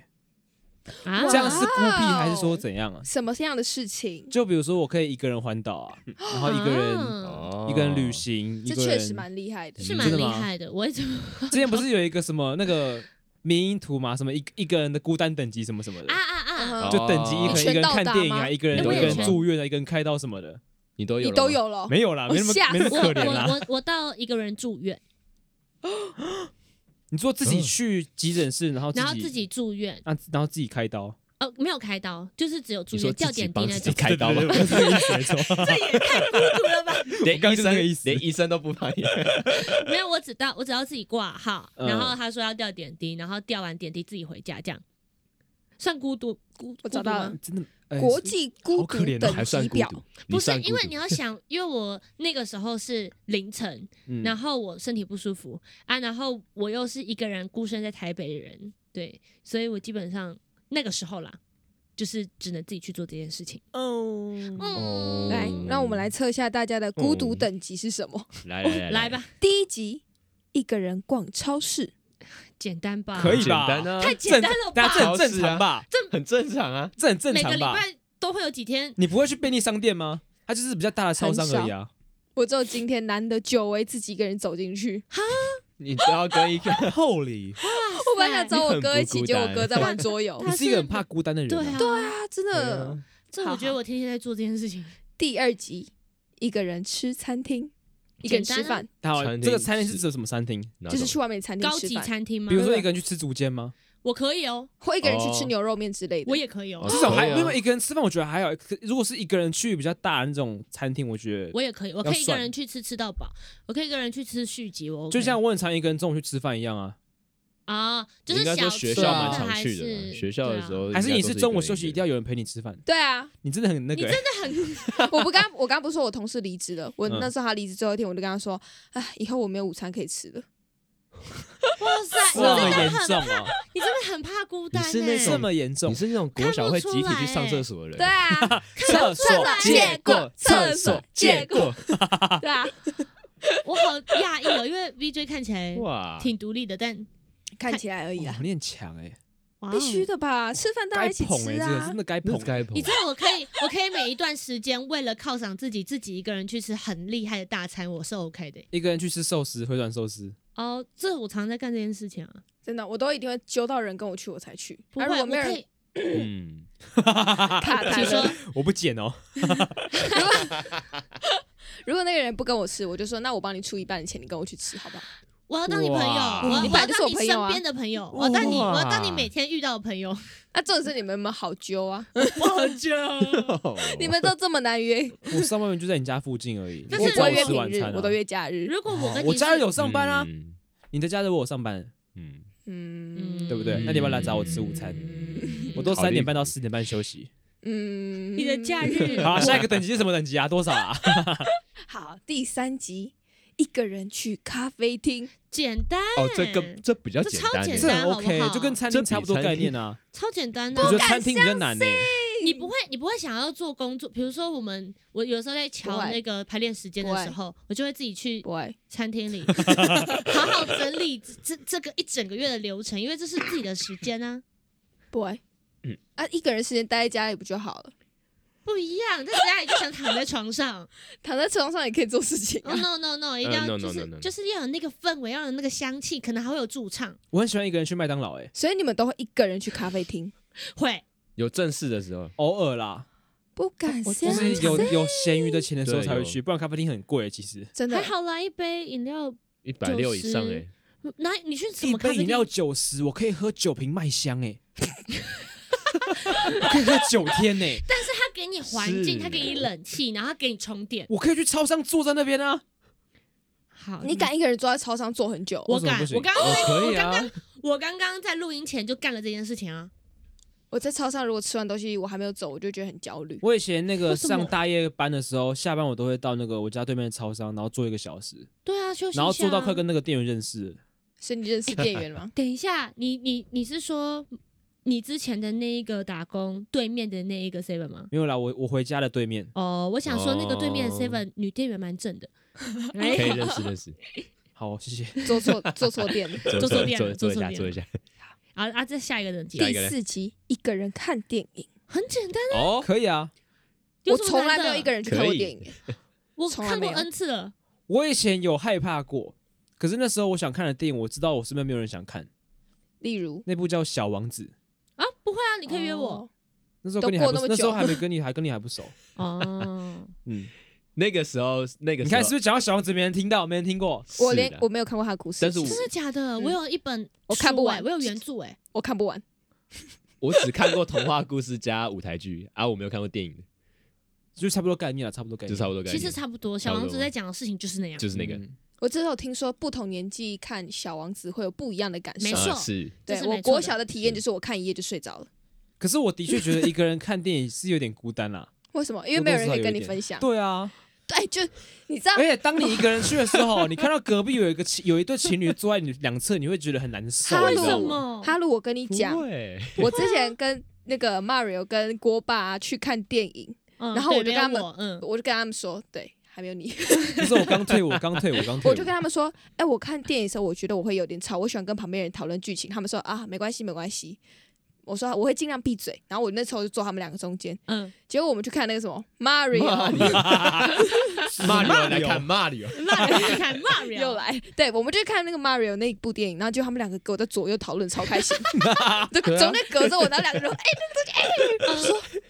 哎，
啊！
这样是孤僻还是说怎样啊？
什么样的事情？
就比如说，我可以一个人环岛
[LAUGHS]
啊，然后一个人、
啊
哦
一个人旅行，一
这
个
确
人
实蛮厉害的。
是
嗯
蛮
真
厉
的吗
害的。我一直
之
[LAUGHS]
前不是有一个什么那个迷因图嘛，什么一一个人的孤单等级什么什么的，
啊啊啊！
嗯
就等级一，可能一个
全
人
到达
看电影啊，
吗
一个人
哎
一
我
个
也
人
是
住院啊，一个人开刀什么的，
你都有
你
了吗
都有了，
没有啦，
哦
没那么
吓死
没那么
我
可怜啊
我
啦。
我我到一个人住院，
你说自己去急诊室，然后
嗯然后
哦自
自己住院，
啊，然后自己开刀，
呃，没有开刀，就是只有住
你说
院
自
吊
己
点滴
帮
那
自己
种。
开刀吗？
对对对对对没
[LAUGHS]
错，
连
我刚
医
刚就是
生
那个意思
连医生都不帮你。
没有，我只到我只要自己挂号，
嗯
然后他说要吊点滴，然后吊完点滴自己回家，这样算孤独孤
我找到了
孤独吗
真的。呃
国际孤
好
独
可怜哦
等
还
级
算孤
表，
独，
不是
算孤
因为
独
你要想，因为我那个时候是凌晨，
嗯
然后我身体不舒服啊，然后我又是一个人孤身在台北的人，对，所以我基本上那个时候啦，就是只能自己去做这件事情。
哦，
哦
来，
嗯
让我们来测一下大家的孤独
嗯
等级是什么。
来来
来，吧，
第一集，一个人逛超市。
简单吧，
可以
简
吧？
单啊
太
正
简单了
大
吧
家？这很正常吧？
很正常啊。
这很正
啊每个
常
礼
吧？
拜都会有几天，
你不会去便利商店吗？它就是比较大的超商而已啊。
我只有今天难得久违自己一个人走进去，
你只要跟
[LAUGHS]
一个
厚礼，
[LAUGHS] 我本来想找我哥一起，
你很不孤
结
单
果我哥在玩桌游。
他
你
是
是一个很怕孤单的人、
对啊，
啊。
对啊，
他真
对
的
啊，
这我觉得我天天在做这件事情，
第二集一个人吃餐厅，一个人吃
简单啊
饭，
好，
餐厅
这个餐厅是指什么餐厅？
就是去外面餐厅
高
吃
级
饭。
餐厅吗
比？如说一个人去吃竹间吗？
我可以哦，
或一个人去吃
哦
牛肉面之类的。
我也可以哦
哦，
至少还
可以啊
因为一个人吃饭，我觉得还好。可如果是一个人去比较大的那种餐厅，我觉得
我也可以，我可以一
要
个
算
人去吃吃到饱，我可以一个人去吃续集，我 OK
就像我很常一个人中午去吃饭一样啊。
啊，就
你
是
应该
小
说学
吃
校蛮
的
常
还
去的
是
嘛，学校
对
的
啊
时候
还
应该
是你
都
是
是
中午
个人
休息一定要有人陪你吃饭？
对
[LAUGHS]
啊，
你真的很那
你
个
真
欸，
的很，我不刚我刚不是说我同事离职了，我
嗯
那时候他离职最后一天，我就跟他说，哎，以后我没有午餐可以吃了。
哇塞，
这么
你真的
严
很
重啊！
你真的很怕孤单、欸，
是那
这
种
么严重
你？是那种国小会集体去上厕所的人，
对
[LAUGHS]
啊，
厕所
见过
厕所见过。
对啊，
我好讶异哦，因为 VJ 看起来
哇，
挺独立的，但
看起来而已
哇
啊
啦，
你很强哎，
哇哦
必须。的吧？吃饭大家
该
一起
捧哎，
吃
这个
啊
真。的该
那
捧
是。该捧
你。知道我可以，我可以每一段时间为了犒赏自己，自己一个人去吃很厉害的大餐，我是 OK 的欸。
一个人去吃寿司，回转寿司，
哦，这我常在干这件事情啊，
真的，我都一定会揪到人跟我去，我才去。
不
那
会，
啊如果
我
没有
可
人
以。
嗯，
卡单
请说
了，
我不剪哦。
如果那个人不跟我吃，我就说那我帮你出一半的钱，你跟我去吃，好不好？
我要当你朋友，
哇
我要
你
我
本
要
来就是
当
我
你
朋友
身
啊
边的朋友，我要当你，
哇
我要当你每天遇到的朋友。
那啊重点是你们有没有好揪啊？
我很久，
[LAUGHS]
你
哦
们都这么难约，
[LAUGHS] 我上班就在你家附近而已，
但
我
是
不会约
吃
平
晚
日
餐，啊，
我都约假日。
如果我跟
我
你
假日
是
有上班啊，
嗯，
你的假日我有上班，
嗯，
嗯，
对不对？
嗯
那你要不要来找我吃午餐？
嗯
我都
好厉害
三点半到四点半休息。
嗯，
你的假
[LAUGHS]
日，
好，啊下一个等级是什么等级啊？多少啊？
好，第三集，一个人去咖啡厅，
简单
哦，这个这比较
哎这
简
超
单
简
欸，
这很
单好不
OK，
好
就跟餐厅
这比
差不多概念
[LAUGHS]
啊。
超简单的
我
啊，
觉得餐厅比较难呢。欸
你不会，你不会想要做工作，比如说我们，我有时候在
不
瞧
会
那个排练时间
不
的
会
时候，我就会自己去
对，
餐
[LAUGHS]
厅里好好整理这这这个一整个月的流程，因为这是自己的时间啊，
不会
嗯，
啊，一个人时间待在家里不就好了？
不一样。在家里就想躺在床上
躺在床上也可以做事情
哦
啊。
，no no no，一定要
no, no, no,
就
no,
是
no.
就是要有那个氛围，要有那个香气，可能还会有驻唱，
我很喜欢一个人去麦当劳，哎，
[LAUGHS] 所以你们都会一个人去咖啡厅，
会
有正事的时候，
偶尔啦，
不敢
我
相
就是
信，
有有闲余的钱的时候
对
才会
有
去，不然咖啡厅很贵，欸其实。
真的
还。好啦，一杯饮料，
一百六以上
90
哎，
那你去什
一
么咖
杯
啡
饮
厅
料？九十，我可以喝九瓶麦香，哎， [LAUGHS] 我可以喝九天呢，欸
[LAUGHS] 他给你环境，
是
他给你冷气，然后他给你充电。
我可以去超商坐在那边啊。
好，
你敢一个人坐在操场坐很久？
我
为什么
敢
不，行
我刚刚
我可
我
以啊
刚刚我刚刚在录音前就干了这件事情啊。
我在操场如果吃完东西我还没有走，我就觉得很焦虑。
我以前那个
为什么
上大夜班的时候，下班我都会到那个我家对面的超商，然后坐一个小时，
对啊，休息一下啊。？
然后坐到快跟那个店员认识了。
所以你认识店员了吗
[LAUGHS] 等一下，你你你是说你之前的那一个打工对面的那一个 seven 吗？
没有啦，我我回家的对面，
哦，我想说那个对面的
哦
seven 女店员蛮正
[LAUGHS]
的，
可以
哎，
认识认识，
好，谢谢。
做错做错店了。
[LAUGHS] 做
坐
错店
坐
了
坐
做
一
错
下
店
坐一下， [LAUGHS]
啊啊，再下一个等级
下一
第
个嘞
四集，一个人看电影，
很简单，
哦，
可以啊，
有
我
什么
从来
难的
没有一个人去看
可
过
以
电影。
我
从来
看
没
过
有
n 次了，
我以前有害怕过，可是那时候我想看的电影，我知道我身边没有人想看，
例如，
那部叫《小王子》。
啊，不会啊，你可以约
哦
我。
那时候跟你还
都
不
过那么久
那时候还没跟你还跟你还不熟，
[LAUGHS]
哦，
嗯，
那个时候那个
你
时候
看是不是讲到小王子没人听到，没人听过？
我
是
连
的
我没有看过他的故事，
但是我
真的假的？
嗯
我有一本，
我看不完
我有原著哎。
我看不完。
我只看过童话故事加舞台剧 [LAUGHS] 啊，我没有看过电影，
就差不多概念了，差不多概
就
念。
差不多感
其
觉。
实差不多，小
差不
王
多
子在讲的事情就是那样，
就是那个，
嗯
我之后听说不同年纪看《小王子》会有不一样的感受
没。错
啊是
这
对
是没
我
错
国
的
小的体验就是我看一页就睡着了，
可是我的确觉得一个人看电影是有点孤单
[LAUGHS]
啦。
为什么？因为
我
没有
多
人
少
可以
有
跟
一
你
点
分享。
对啊，
对，就你知道
而，且当
[LAUGHS]
你一个人去的时候， [LAUGHS] 你看到隔壁有一个情有一对情侣坐在你两侧，你会觉得很难受。
哈
你
鲁
知道
为什
吗
么
哈鲁，我跟你讲
不，会
我之前跟那个 Mario 跟郭爸啊去看电影，
嗯
然后
对
我就
没
跟
有
他们
我
[LAUGHS]
嗯，
我就跟他们说，对，还没有你，
就是我刚退伍，我刚退伍，我刚退伍。
我就跟他们说，哎，我看电影的时候，我觉得我会有点吵，我喜欢跟旁边人讨论剧情。他们说啊，没关系，没关系。我说我会尽量闭嘴，然后我那时候就坐他们两个中间，
嗯，
结果我们去看那个什么 Mario，
[LAUGHS]
骂你来看骂你哦，
骂人你看骂
[LAUGHS]
人，
又来，对，我们就看那个 Mario 那一部电影，然后就他们两个给我在左右讨论，超
[LAUGHS]
开心，就
啊
中间隔着我，然后两个人哎、哇
嗯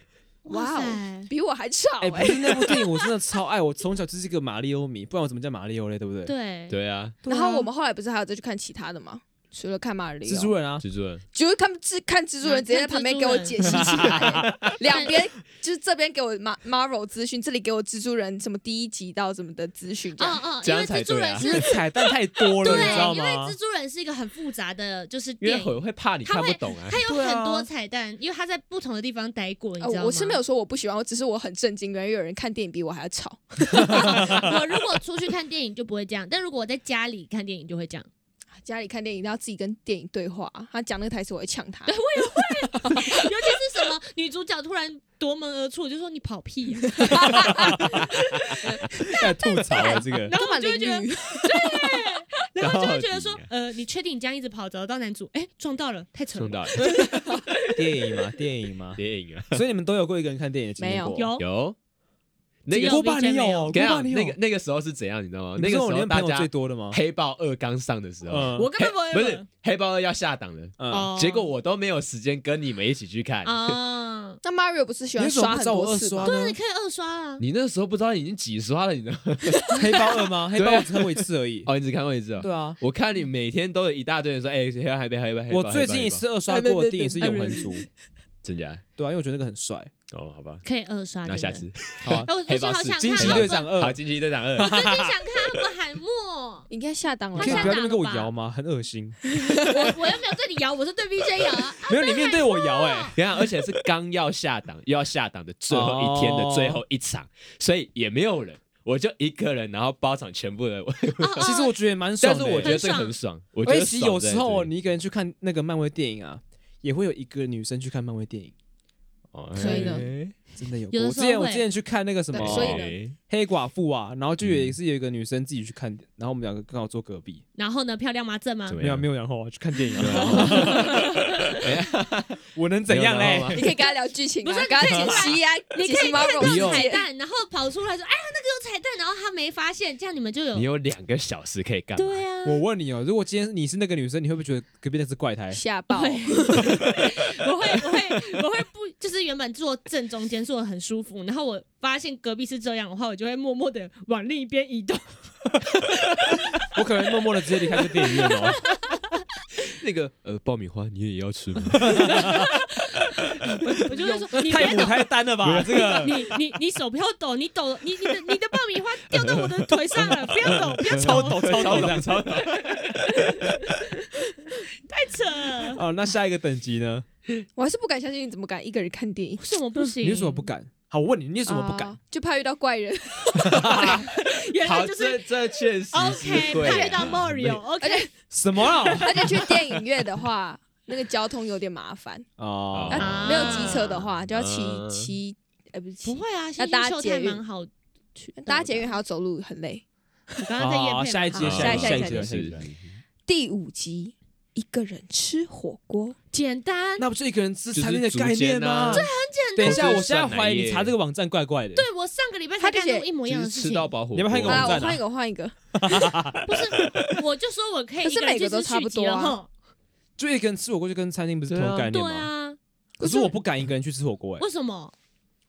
[LAUGHS]
哇
哦
塞，
比我还吵
哎、
哎、
不是那部电影，我真的超爱，我从小就是一个马里欧迷，不然我怎么叫马里欧嘞？对不对？
对，
对啊，
对啊
然后我们后来不是还有再去看其他的吗？除了看马里
蜘
奥
蛛，人啊，
蜘蛛人，
就是看蜘看蜘蛛人，
嗯
直接在旁
看
边
蜘
给
蛛
我
人
解析起
[LAUGHS]
来，两边就是这边给我 Mar Marvel 资讯，这里给我蜘蛛人什么第一集到什么的资讯，这
哦
样
哦，
这
因
样
为
才
蜘蛛
对
人
啊
是
因为
[LAUGHS]
彩蛋太多了，你知道
对，因为
吗
蜘？蛛人是一个很复杂的，就是
因为
电影，
会会怕你
他
看
会
不懂啊
它。有
对啊
很多彩蛋，因为他在不同的地方待过，你
啊
知道吗？
我是没有说我不喜欢，我只是我很震惊，原来有人看电影比我还要吵。
[LAUGHS] 我如果出去看电影就不会这样，但如果我在家里看电影就会这样。 [LAUGHS]
家里看电影一定要自己跟电影对话，他讲那个台词我会呛他。
[LAUGHS] 尤其是什么女主角突然夺门而出，我就说你跑屁、啊呀
太吐
啊
槽了这个。
然后我就会觉得，对，然后就会觉得
[LAUGHS] 到
说
底啊，
呃，你确定你这样一直跑，找得到男主？哎，撞到了，太扯
送到
了。[LAUGHS]
了
[LAUGHS] 电影嘛，电影
[LAUGHS]
嘛，
电影啊，
所以你们都有过一个人看电影的经历过？
没
有
有那
只
个
有
锅巴你
没
有
见没有
哦，
跟
锅
你讲，
巴你有
那个那个时候是怎样，你知道吗？
你
哦那
不是
个时
我里
候
面
大
朋友
家
最多的吗？ [LAUGHS]
黑豹二刚上的时候，
嗯
我根本不会
不
问
是黑豹二要下档了，
嗯，
哦
结果我都没有时间跟你们一起去看。 [LAUGHS]
啊，
[LAUGHS] 那 Mario 不是喜欢
你怎么
刷
不
很
知道我
多
二
次
刷
吗？。
对啊，
嗯
呢
你？可以二刷啊。
你那时候不知道已经几刷了，你知道吗？
黑豹二吗？黑豹
对啊
我只看过一次而已。
[LAUGHS] 哦，你只看过一次哦。
对啊，
我看你每天都有一大堆人说，哎，黑豹黑豹黑豹黑豹。
我最近一次二
哎
刷过的电影是《永恒族》， [LAUGHS]
真假？
对啊，因为我觉得那个很帅。
哦，好吧，
可以二刷
那
的人。
下次
好啊
哎，我
黑
最近
豹
好
四
想看
惊
他
奇
惊
们
奇队长
好，
二，
惊奇队长
我
二，
最近
[LAUGHS]
想看他们海默
你应该下档了
你
吧
可以
他
不
下
要在那
档了
边跟我
吧
摇吗？很恶心。
我我又没有对你摇，我是对 BJ 摇啊。
没有，你面对我摇哎，
等一下，而且是刚要下档，又要下档的最后一天的
哦
最后一场，所以也没有人，我就一个人，然后包场全部人。我 [LAUGHS]
哦哦
其实我觉得也蛮爽
但
的
是
欸。
我觉得这个
很
很爽，我觉
而
得
且其实有时候
你
你一个人去看那个漫威电影啊，也会有一个女生去看漫威电影，
哦
所以呢
真的有
有
过。
的
我
时
之
候
前我
会
之前去看那个什么
哦
对所以呢
黑寡妇啊，然后
嗯
就也是有一个女生自己去看，然后我们两个刚好坐隔壁，
然后呢，漂亮吗？正吗
怎？么
没有
样
没有然后啊，啊哎去看电影啊， [LAUGHS] 我能
怎
怎
样
样
嘞
嘞？
你可以跟他聊剧情啊，
不是
跟他解析啊，
[LAUGHS] 你
解
可
析
以看
Marvel
你有
到
世
彩
界。
蛋，然后跑出来说：“哎呀，那个有彩蛋。”然后他没发现，这样你们就有
你有两个小时可以干嘛？
对啊。
我问你哦，如果今天你是那个女生，你会不会觉得隔壁那是怪 [LAUGHS] 胎？
吓爆！
我会，我会，我会不，就是原本坐正中间坐的很舒服，然后我发现隔壁是这样的话，我就会默默的往另一边移
[LAUGHS]
动。
我可能默默的直接离开这 [LAUGHS] 电影院哦。
那个 [LAUGHS] 呃，爆米花你也要吃吗？
我就会说：“你
太
别
母
抖，
胎单了吧？这个
你你你手不要抖，你抖，你你的你的爆米花掉到我的腿上了，不要抖，不要
超
抖，
抖啊超抖这样 [LAUGHS]
超懂。
太扯了。
哦，那下一个等级呢？
我还是不敢相信你怎么敢一个人看电影
为。什么不行？
嗯你为什么不敢？好，我问你，你为什么不敢
啊？？就怕遇到怪人，
原
好，
来就是哦
这这确实是
OK，
对
派到
啊。
Mario，OK，、
什
[LAUGHS]
么啊？
而且去电影院的话，那个交通有点麻烦。
[LAUGHS] 哦
啊
啊，没有机车的话，就要骑
嗯
骑，哎，不是骑
不，会啊，
要搭
新秀
捷
太
运
蛮好去到的。
搭捷运还要走路，很累。
我刚刚在夜
好
配，
哦下一
好
节，
下
一
一
节，
节
下
下
哦
一
节，
节
下一节。
第五集，一个人吃火锅，
简单。
那不是一个人吃
就是
餐厅的概
竹间
念吗？
啊
简单
等一下，
或者
我
是
现在
蒜奶
怀疑你
液
查这个网站怪怪的。
对我上个礼拜
他
才
就
干了
写
一模一样
就
的
是
事
吃
情，
到饱火锅。
你要不要看一个
好
网
啦，
站
我换一
啊
个，我换一个，
不是，我就说我可以
可是
一个人
每个
去吃
都差不
续集
多啊
了吼
就一个人吃火锅就跟餐厅不是同
对
个
啊
概念
对
吗？
啊，
可是我不敢一个人去吃火锅，哎
为，什么？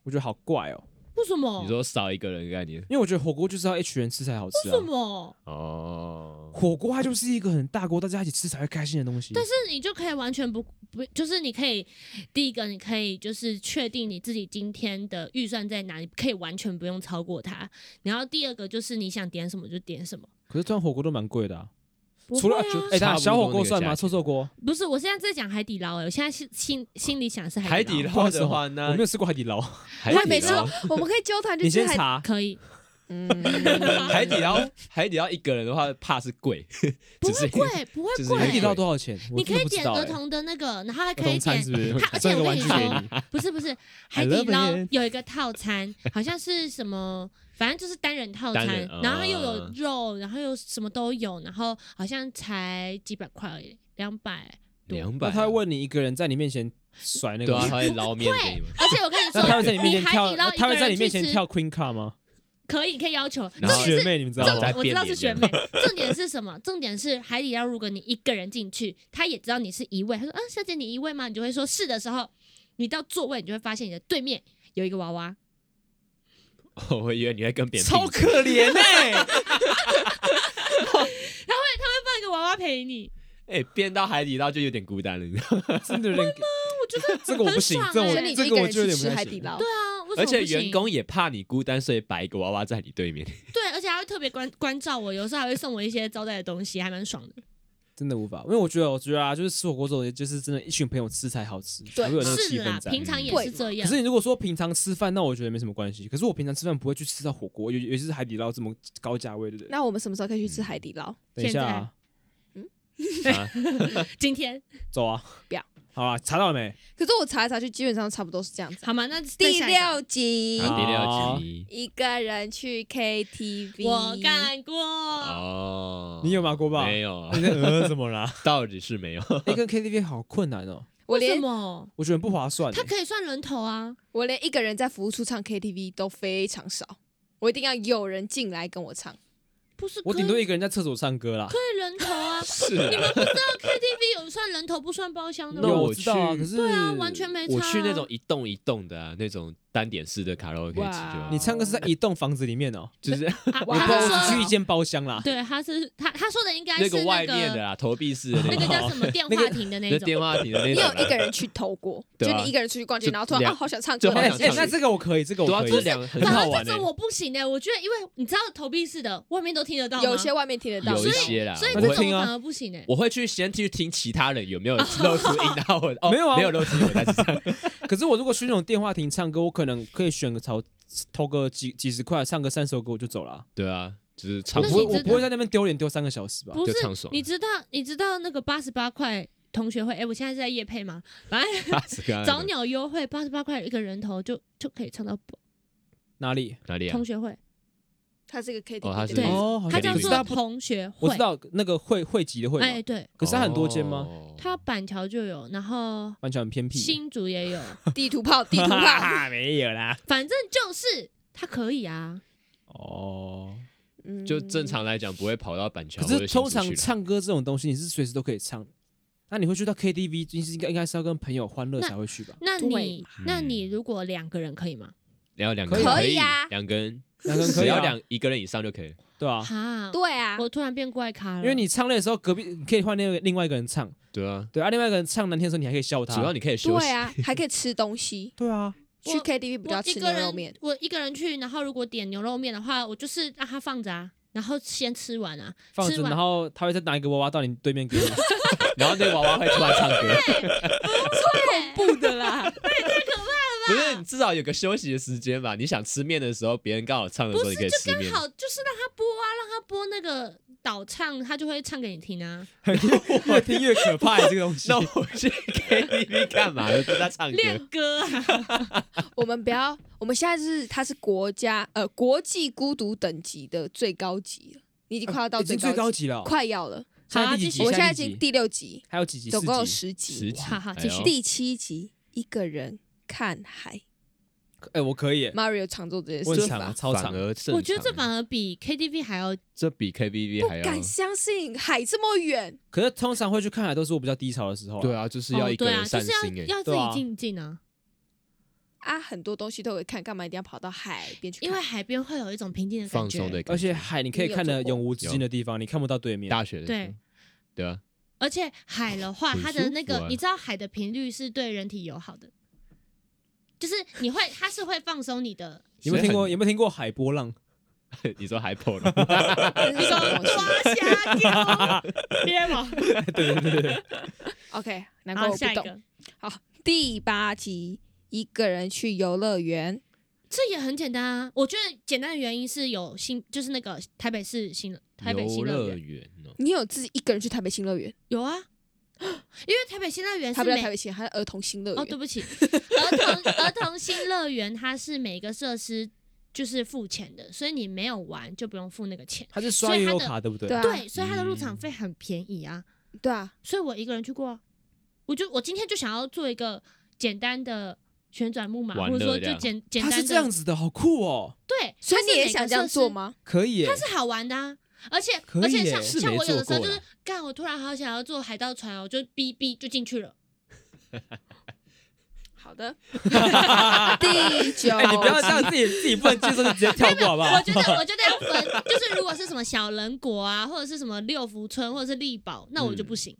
我觉得好怪哦，
为什么？
你说少一个人的概念
因为我觉得火锅就是要一群人吃才好吃
为
啊
什。么？
哦。
火锅它就是一个很大锅，大家一起吃才会开心的东西。
但是你就可以完全不不，就是你可以第一个，你可以就是确定你自己今天的预算在哪里，可以完全不用超过它。然后第二个就是你想点什么就点什么，
可是突然火锅都蛮贵的啊，
不
除
会
了
啊，
哎，
差
那
不多
小火锅算
那
吗？
个价钱
臭臭锅，
不是，我现在在讲海底捞、欸，我现在是心心里想是
哦海
底
底
捞，
捞的话
我
呢
没，有吃过海底捞，
海
我也没
底
吃
捞
过， [LAUGHS] 我们可以纠团去
你
吃
先
海，
查。
可以，
[LAUGHS]
嗯，
海底捞，海底捞一个人的话，怕是贵， [LAUGHS]
不
只是
会 [LAUGHS] 贵，不会
就是
贵，
海底捞多少钱？我
你可
真的
以
不知
点
道
儿
哎
童的那个，然后还
儿
可以
童
点
餐是不是
它？而
送
且
一个
我
玩
跟
具
你
给
说
你。
不是
[LAUGHS]
不是，海底捞
love it
有一个套餐，好像是什么，反正就是单人套餐，
单人
然后它又有
啊
肉，然后又什么都有，然后好像才几百块而已，两百。
两百。
那他会问你一个人在你面前甩那
对
个
啊，
吗，
他会捞面给你
[LAUGHS]
们。
而且我跟你说，
[LAUGHS] 那他会在你面前
海
跳
底捞，，
他会在你面前
去吃，
跳 Queen Car 吗？
可以可以要求，重
然后
点
学
是。
妹，你们知
重
道
然后
吗
再？
我知道是学
变
妹，重点是什么？ [LAUGHS] 重点是海底捞，如果你一个人进去，他也知道你是一位，他说：“啊，小姐你一位吗？”你就会说是的时候，你到座位，你就会发现你的对面有一个娃娃，
哦我以为你会跟别人
超可怜哎！
放一个娃娃陪你，
哎，变到海底捞就有点孤单了，你知道吗？
[LAUGHS] 真的有点，
我觉得
这个我不行
很，
这
爽
我
所
欸
以你就
这
一
个
个
我
人
就有
去
点不
吃海
太
底
行。
捞
对，啊，为 [LAUGHS] 什
而
么
且
不行
员工也怕你孤单，所以摆一个娃娃在你对
[LAUGHS]
面。啊
对，而且还会特别关关照我，有时候还会送我一些招待的东西，还蛮爽的。
真的无法，因为我觉得，我觉得啊，就是吃火锅这种，就是真的一群朋友吃才好吃，
对
才会有那个
是
气
啦
氛，在。
平常也是这
可
样。
是你如果说平常吃饭，那我觉得没什么关系。可是我平常吃饭不会去吃到火锅，尤尤其是海底捞这么高价位的。
那我们什么时候可以
嗯
去吃海底捞？
等一下、啊，
啊
今天
走啊，
不要。
好啊，查到了没？
可是我查来查去，基本上差不多是这样子。
好吗？那再
第
下一个
六集，
好第六集
一个人去 KTV，
我干过，啊
哦，
你有吗？锅巴？
没。有啊
你，在呃怎么 [LAUGHS] 啦？
到底是没有。
哎、跟 KTV 好困难哦，
我
为什
连
么？
我觉得很不划算欸。
它可以算人头啊，
我连一个人在服务处唱 KTV 都非常少，我一定要有人进来跟我唱。
不是？
我顶多一个人在厕所唱歌啦
可。以人头
[LAUGHS]
啊
是啊，
，KTV 有算人头不算包厢的
那
有
吗？
我
我知道啊，
去
可是
对啊，完全。 [LAUGHS] 没差啊。
我去那种一栋一栋的啊，那种单点式的卡拉 OK 机就
哇
好
你唱歌是在一栋房子里面哦，
就是
啊他
哇
他
不
说
好
只去一间包厢啦。
对，他是他他说的应该是
那
那
个外面的
个
啦，投币式的
那
种 [LAUGHS]
个叫什么电话亭的那
那
种，
电话亭的那
你
种
有
啊，
一个人去投过，就
[LAUGHS] 对啊
你一个人出去逛街，
就
然后突然
两
啊，好想唱歌，
就
好
好
哎、
想唱
想
哎
唱
歌。
那这个我可以，这个
对
我
啊，
可
这
以。
两个很
反
好
而
玩
这
的
种，我不行的，我觉得因为你知道投币式的外面都听得到吗？
有些外面听得到，
有
所
一
以
些啦，
所以
我
这
会
我
种
听
我
啊
反而不行哎。
我会去先去听其他人
[LAUGHS]
有没有露出音，然后我哦
没有啊
没有露出音，我再去唱。
可是我如果去那种电话亭唱歌，我可能可以选个投投个几几十块，唱个三首歌我就走了啊。
[LAUGHS] 对啊，就是
那
唱
我
是
不
爽
会，
你知
我
道
不会在那边丢脸丢三个小时吧？
不是
就唱啊爽
你知道你知道那个八十八块同学会？哎，我现在是在夜配吗？反
[LAUGHS]
正
八十个
早鸟优惠八十八块一个人头就就可以唱到爆
哪里？
哪里啊
同？学会，
它是一个 KTV，
哦它是
对
哦，好
它
像
叫
我知道
做
不
同学
我
会
知。道那个会会籍的会嘛，
哎，对，
[LAUGHS] 可是它很多间吗？
哦？
它板桥就有，然后
完全很偏僻。 [LAUGHS]
新竹
[LAUGHS]
也有，
地图炮，地图炮。
哈 [LAUGHS] 没有啦。
反正就是它可以啊。
哦，
嗯
就正。常来讲不会跑到板桥，
可
或者
是
新
通
竹去啦
常唱歌这种东西，你是随时都可以唱的。那你会去到 KTV，应是应该应该是要跟朋友欢乐
那
才会去吧？
那你
嗯
那你如果两个人可以吗？
然后两个人
可以
以
啊
两个人
两个人可
只
以
要
啊，
两一个人以上就可以了。
对啊，
哈，
对啊，
我突然变怪咖了，
因为你唱累的时候，隔壁你可以换另外另外一个人唱，
对啊，
对啊，另外一个人唱难听的时候，你还可以笑他。
主要你可以休息
对。啊，还可以吃东西。
对啊，
我
去 KTV 不
我
要
一
吃
个
牛
人
肉面，
我一个人去，然后如果点牛肉面的话，我就是让它放着啊，然后先吃完啊，
放
吃
着，
完
然后他会再拿一个娃娃到你对面给你。
然后那个娃娃会突然唱
[LAUGHS]
歌，
对，
不的啦。
不是你至少有个休息的时间吧？你想吃面的时候，别人刚好唱的时候，你可以吃面。
[LAUGHS] 好，就是让它播啊，让它播那个导唱，它就会唱给你听啊。
越听越可怕，这个东西
那。我去 KTV 干嘛？就在唱歌。
练歌啊，
[LAUGHS] 我们不要，我们现在是它是国家呃国际孤独等级的最高级了，你已经快要到
已经最
高
高级了哦。
快要了。
现
好
在
啊
第几
继续
集？
我现在已
第几
经
集
第六集，
还有几集？
总共有
四集。
十集，
十集，
[LAUGHS] 好好
哎
继
呦
续
第七集一个人看海
哎，我可以耶，
，Mario 常做这件
我
事
很
情
长啊，
吧？
超
反
长。
而正常
我觉得这反而比 KTV 还要
这比 KTV
不
还要
敢相信海这么远，
可是通常会去看海，都是我比较低潮的时候。
对
啊，
啊，就是要
哦
一，个
对
人
啊，就
散
是
心哎、
要要自
对啊
己静静啊，
啊，很多东西都可以看，干嘛一定要跑到海边去看？[LAUGHS]
因为海边会有一种平静的感
放
觉，
松的感觉。
而且海你可以看
你有
的
做过
永无止境的地方，你看不到对面。
大学的时候
对，
对啊，
而且海的话，
很
它的
舒
那
服
个
啊
你知道海的频率是对人体友好的，就是你会它是会放松你
[LAUGHS]
的，
有没有
所以
听过？
很
有没有听过海波浪？
[LAUGHS] 你说海跑了，
这
你
是
说
什么东西 [LAUGHS]
抓虾条，别嘛。 [LAUGHS]
？OK，难怪
好，
我不
啊下一
懂。
个，
第八集一个人去游乐园，
这也很简单啊。我觉得简单的原因是有新，就是那个台北市新 [LAUGHS] 台北新
游
乐
乐
园
园哦，
你有自己一个人去台北新乐园？
有啊， [GASPS] 因为台北新乐园
他不
是
叫
每
台北新，他是儿童新乐
哦，
园。
对不起，儿童儿童新乐园它是每个设施就是付钱的，所以你没有玩就不用付那个钱。
它是刷
所以
悠
它
悠
的
卡，对不对？
对啊
对，所以它的入场
嗯
费很便宜啊。
对啊，
所以我一个人去过啊、我就我今天就想要做一个简单的旋转木马，
玩
或者
乐
说
这
就
样
简简
它
单
是
的
这样子的，好酷哦！
对，
所以
它是
你也
每个
想这样
设施
做？吗？
可以耶
它，是好玩的啊。而且
可以
而且
耶
像
是
像
没
我有的时
做
候
过
就是
啦
干，我突然好想要坐海盗船哦，就哔哔就进去了。
好的。 [LAUGHS] 第九，
哎，你不要这样，自己自己不能接受就直接跳过好不好
我？觉 [LAUGHS] 得我觉得要分，就是如果是什么小人国啊，或者是什么六福村，或者是力宝，那我就不行。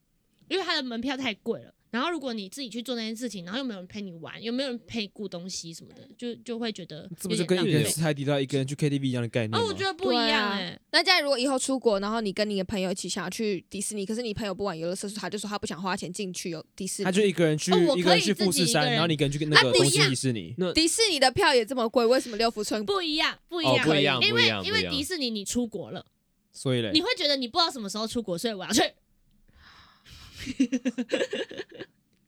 因为它的门票太贵了。然后如果你自己去做那件事情，然后又没有人陪你玩，又没有人陪你顾东西什么的，就就会觉得
这不
有
就
点
跟
浪
一
有
个人
点
费
吃海底捞，一个人去 KTV 一样的概念吗？
哦，我觉得不一
对
样
啊
哎、
那这样如果以后出国，然后你跟你的朋友一起想要去迪士尼，可是你朋友不玩游乐设施，他就说他不想花钱进去有迪士
他
尼。
就一个人去，
哦我可以
一个人去富士
自己一个
山，
人
然后你一个人去那个
啊不
东
一样
京迪士尼。
那
迪士尼的票也这么贵，为什么六福村
不一样，不一
哦
样，
不一样
因
不一
为
样不一
因为
样
迪士尼你出国了，
所以嘞
你，会觉得你不知道什么时候出国，所以我要去。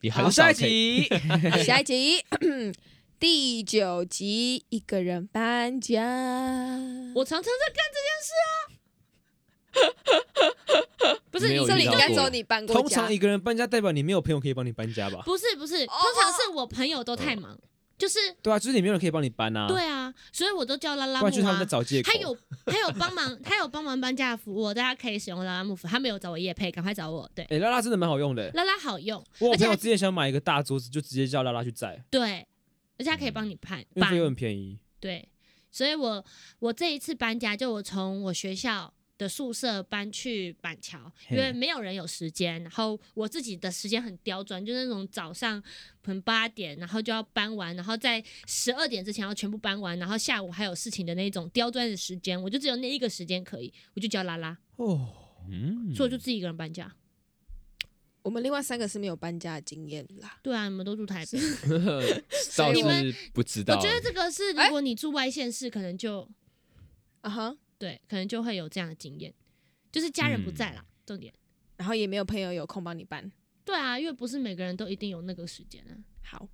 你很
好，
少
下一
可以
题。
下一集第九集，一个人搬家。
我常常在干这件事啊，不是
没有
你
这里
遇
应
到
该
过
只有你搬过
[LAUGHS] 通
家
常。一个人搬家，代表你没有朋友可以帮你搬家吧？
不是不是，通常是我朋友都太忙，就是
对啊，就是你没有人可以帮你搬啊。，
对啊，所以我都叫拉拉
不
木
然就是他们在
啊。
找借口。
他有他有帮忙，他有帮忙搬家的服务，大家可以使用拉拉木服，他没有找我叶配，赶快
[LAUGHS]
找我。对，
哎，拉拉真的蛮好用的。
拉拉好用，
我有
而且
朋友
它
之前想买一个大桌子，就直接叫拉拉去载，
对，而且他可以帮你判
运费又
搬
很，便宜。
对，所以我我这一次搬家，就我从我学校的宿舍搬去板桥，
嘿
因为没有人有时间，然后我自己的时间很刁钻，就是那种早上可能八点，然后就要搬完，然后在十二点之前要全部搬完，然后下午还有事情的那种刁钻的时间，我就只有那一个时间可以，我就叫拉拉，
哦，
嗯
所以我就自己一个人搬家。
我们另外三个是没有搬家的经验啦。
对啊，你们都住台北，
倒
你
们
是不知
我
道。
觉得这个是如
哎
果你住外县市，可能就。
啊哈，
对，可能就会有这样的经验，就是家人不在啦，重点。
然后也没有朋友有空帮你搬。
对啊，因为不是每个人都一定有那个时间啊，
好，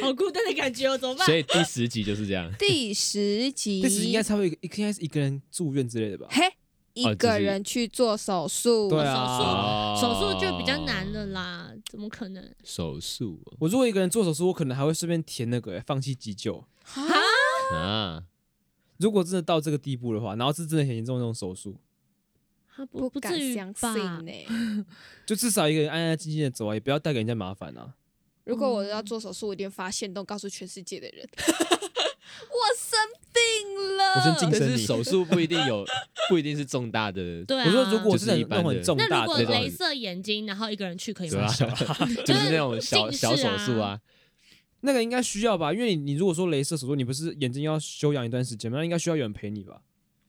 好孤单的感觉哦，怎么办
所？以第十集就是这样。
第十集，
这是应该差不多一个，应该是一个人住院之类的吧？
哎
嘿，一
哦
个
就是
人去做手术。
对
手
啊。
手术就比较难
哦
了。啦，怎么可能？
哦手术
我如果一个人做手术，我可能还会顺便填那个、欸放弃急救。
啊
[LAUGHS]
啊，
如果真的到这个地步的话，然后是真的很严重的那种手术，
他不
不
不
敢
至于
相
吧
信？欸呢、
就至少一个人安安静静的走啊，也不要带给人家麻烦啊。
如果我要做手术，我一定发现都告诉全世界的人， [LAUGHS] 我生病了。
我生精
但
神
是
你
手术不一定
[LAUGHS]
有，不一定是重大的。
对啊。
我说如果
就是
很
是一般
那种
的
很重
那
大
如果
的那
雷
种，啊
镭射眼睛，然后一个人去可以
[LAUGHS] 对吧
吗？？
[LAUGHS]
就是那种小
啊近视
小
啊
手术啊，
那个应该需要吧？因为你你如果说镭射手术，你不是眼睛要休养一段时间吗？那应该需要有人陪你吧？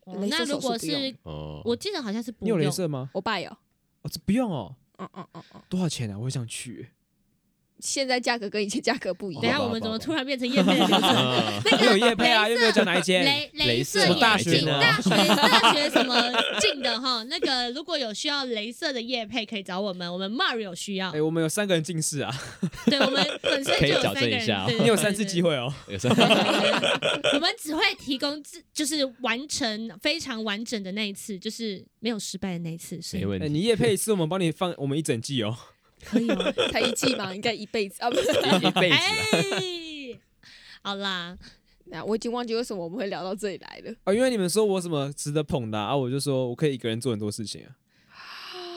哦
镭射
那如
手术
果
不用
是
哦，
我记得好像是不
你有镭
用，
射吗？
我爸有，
哦，这不用
[LAUGHS]
哦，
嗯嗯嗯嗯，
多少钱啊？我也想去欸。
现在价格跟以前价格不一
等一
样。
下
好吧
我们怎么
好吧
突
[LAUGHS]
然变成夜配的流程？
[LAUGHS] 啊
没有叶配啊，
镭射
又没有讲哪一间。
[LAUGHS] 雷镭
射
射
什么大
眼
学
镜，
呢
大学
[LAUGHS]
大学什么进的哈？那个如果有需要镭射的业配，可以找我们，我们 Mario 需要
哎、，我们有三个人近视
[LAUGHS]
啊，
对我们本身
[LAUGHS]
就有
可以矫
三个
正一下
人
哦，
你有三次机
会。
会哦。
有
[LAUGHS]
时
对
候
对对 [LAUGHS] 对我们只会提供自，就是完成非常完整的那一次，就是没有失败的那一次，所以
没问
哎、
题。
你叶配一次，我们帮你放我们一整季哦。
可以哦。
[LAUGHS] 才一季嘛，应该一辈子啊！不是， [LAUGHS]
一一辈子啊，
哎，好啦，
那我已经忘记为什么我们会聊到这里来了。
啊，因为你们说我什么值得捧的啊，啊我就说我可以一个人做很多事情啊。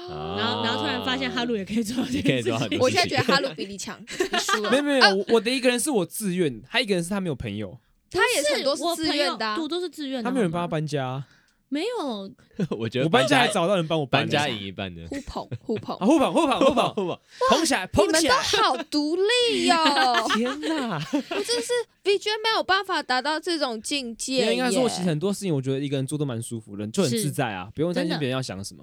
然后然后突然发现哈鲁也可以做到这
啊可以
件
做到
事
很多
情，
我现在觉得哈
[LAUGHS]
鲁比你强，你输 [LAUGHS] 了。
没有
[LAUGHS]
没有，没
啊
有我我的一个人是我自愿，他一个人是他没有朋友，
他也是很多是自愿的啊
我朋友都是自愿的，
他没有人帮他
好吗，
搬家啊、
没有，
[LAUGHS] 我觉得
我搬家还找到人帮我
搬家
欸
赢一半
[LAUGHS]
的。
互捧互捧
啊，，互捧互捧互
[LAUGHS]
捧互捧，捧起来
你
捧
们
起
都
来。
好
[LAUGHS]
独立哟、
天
[LAUGHS]
哪！
我真是 VJ 没有办法达到这种境
因
界
为应该说，
耶
我其实很多事情，我觉得一个人做都蛮舒服的，就很
是
自在啊，不用担
真
心
的
别人要想什么。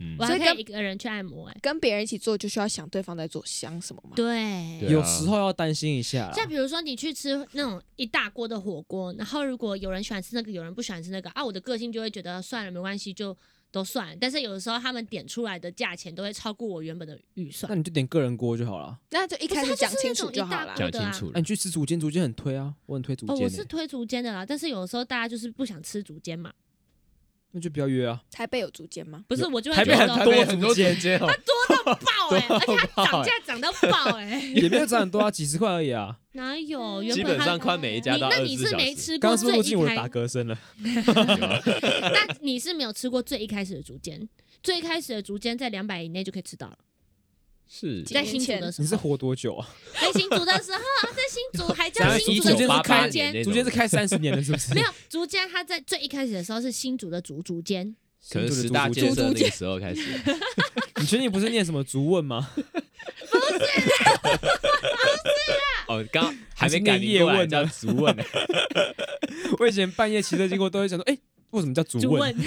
嗯
我
所
还
以
可以
跟
一个人去按摩、哎，
跟别人一起做就需要想对方在做，想什么嘛？
对
对啊
有时候要担心一
啊
下啊啦。
像比如说你去吃那种一大锅的火锅，然后如果有人喜欢吃那个，有人不喜欢吃那个啊，我的个性就会觉得算了，没关系，就都算了。但是有的时候他们点出来的价钱都会超过我原本的预
[LAUGHS]
算
那。你就点个人锅就好了。
那就一开始讲清楚就好啦
不。
讲
是
清楚
那
了
你，去吃竹间，竹间很推啊，我很推竹
哦，
间
我是
欸，
推竹间的啦，但是有的时候大家就是不想吃竹间嘛，
那就不要约啊。
台北有竹间吗？
不是我就会
哎台
觉
北
得
很
说
多
多
哦
间间哦，
多到爆哎、
[LAUGHS]
而且它涨
爆
价涨到爆哎、
也没有涨很多啊，几十块而已
[LAUGHS]
啊。
哪有？原
基
本
本
它
上快每一家
你
到
那
二
你
十四
是
小
没
时。
吃
刚
过
刚是不
最
是录进
一
我
开
的打嗝
[LAUGHS]
声了？
但你是没有吃过最一开始的竹间，最一开始的竹间在两百以内就可以吃到了，
是
几
在新
年
竹
前
的时
你是
候，
活多久啊？
在新竹的时候啊，在新竹还
咱
叫
们
新
一
竹
九
的
竹
八
间
竹
八
开
年那
竹
间，
种
间是开三十年了，是不是？
[LAUGHS] 没有竹间，它在最一开始的时候是新竹的竹竹间，
可能十大建设那个时候开始，
你确定不是念什么族问吗？
[LAUGHS] 哦， [LAUGHS] 刚刚还没
是
感
念
应
叶
过来
问
叫
呢
足问呢，啊 [LAUGHS]
我以前半夜骑车经过都会想说，哎、为什么叫族
就
问
问？ [LAUGHS]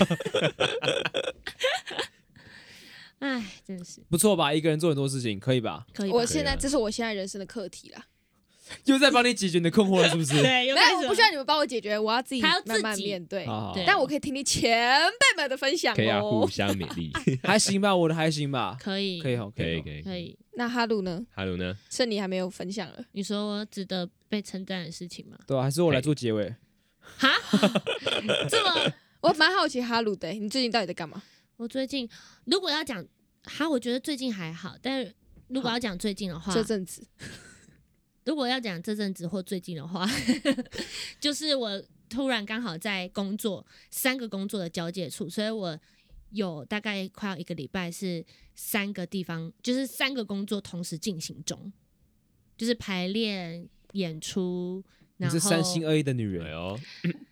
哎，真的是
不错吧？一个人做很多事情，可以吧？
可以吧
我？现
可以
在
啊
这是我现在人生的课题啦。
又在帮你解决你的困惑了，是不是？
对，又
没
开
有，
始
我
了
不需要你们帮我解决，我要自己
他要自
慢慢
己
面对。
[LAUGHS] 好好
[LAUGHS] 对啊
但我可以听听前辈们的分享
可以啊，
哦
互。相勉
[LAUGHS]
励，
还行吧，我的还行吧，
可以
可以哦，
可以
以
可
哦。
以
可。以。
那哈鲁呢？
哈鲁呢？
剩你还没有分享了，
你说我值得被称赞的事情吗？ [LAUGHS]
对啊，还是我来做结尾。
哈，这么
我蛮好奇哈鲁的，欸你最近到底在干嘛？
我最近如果要讲哈，我觉得最近还好，但如果要讲最近的话，
这阵
[LAUGHS]
子
如果要讲这阵子或最近的话， [LAUGHS] 就是我突然刚好在工作三个工作的交界处，所以我有大概快要一个礼拜是三个地方，就是三个工作同时进行中，就是排练、演出，
你
然
是
后
三心二意的女
哎 [LAUGHS]
人，
呦，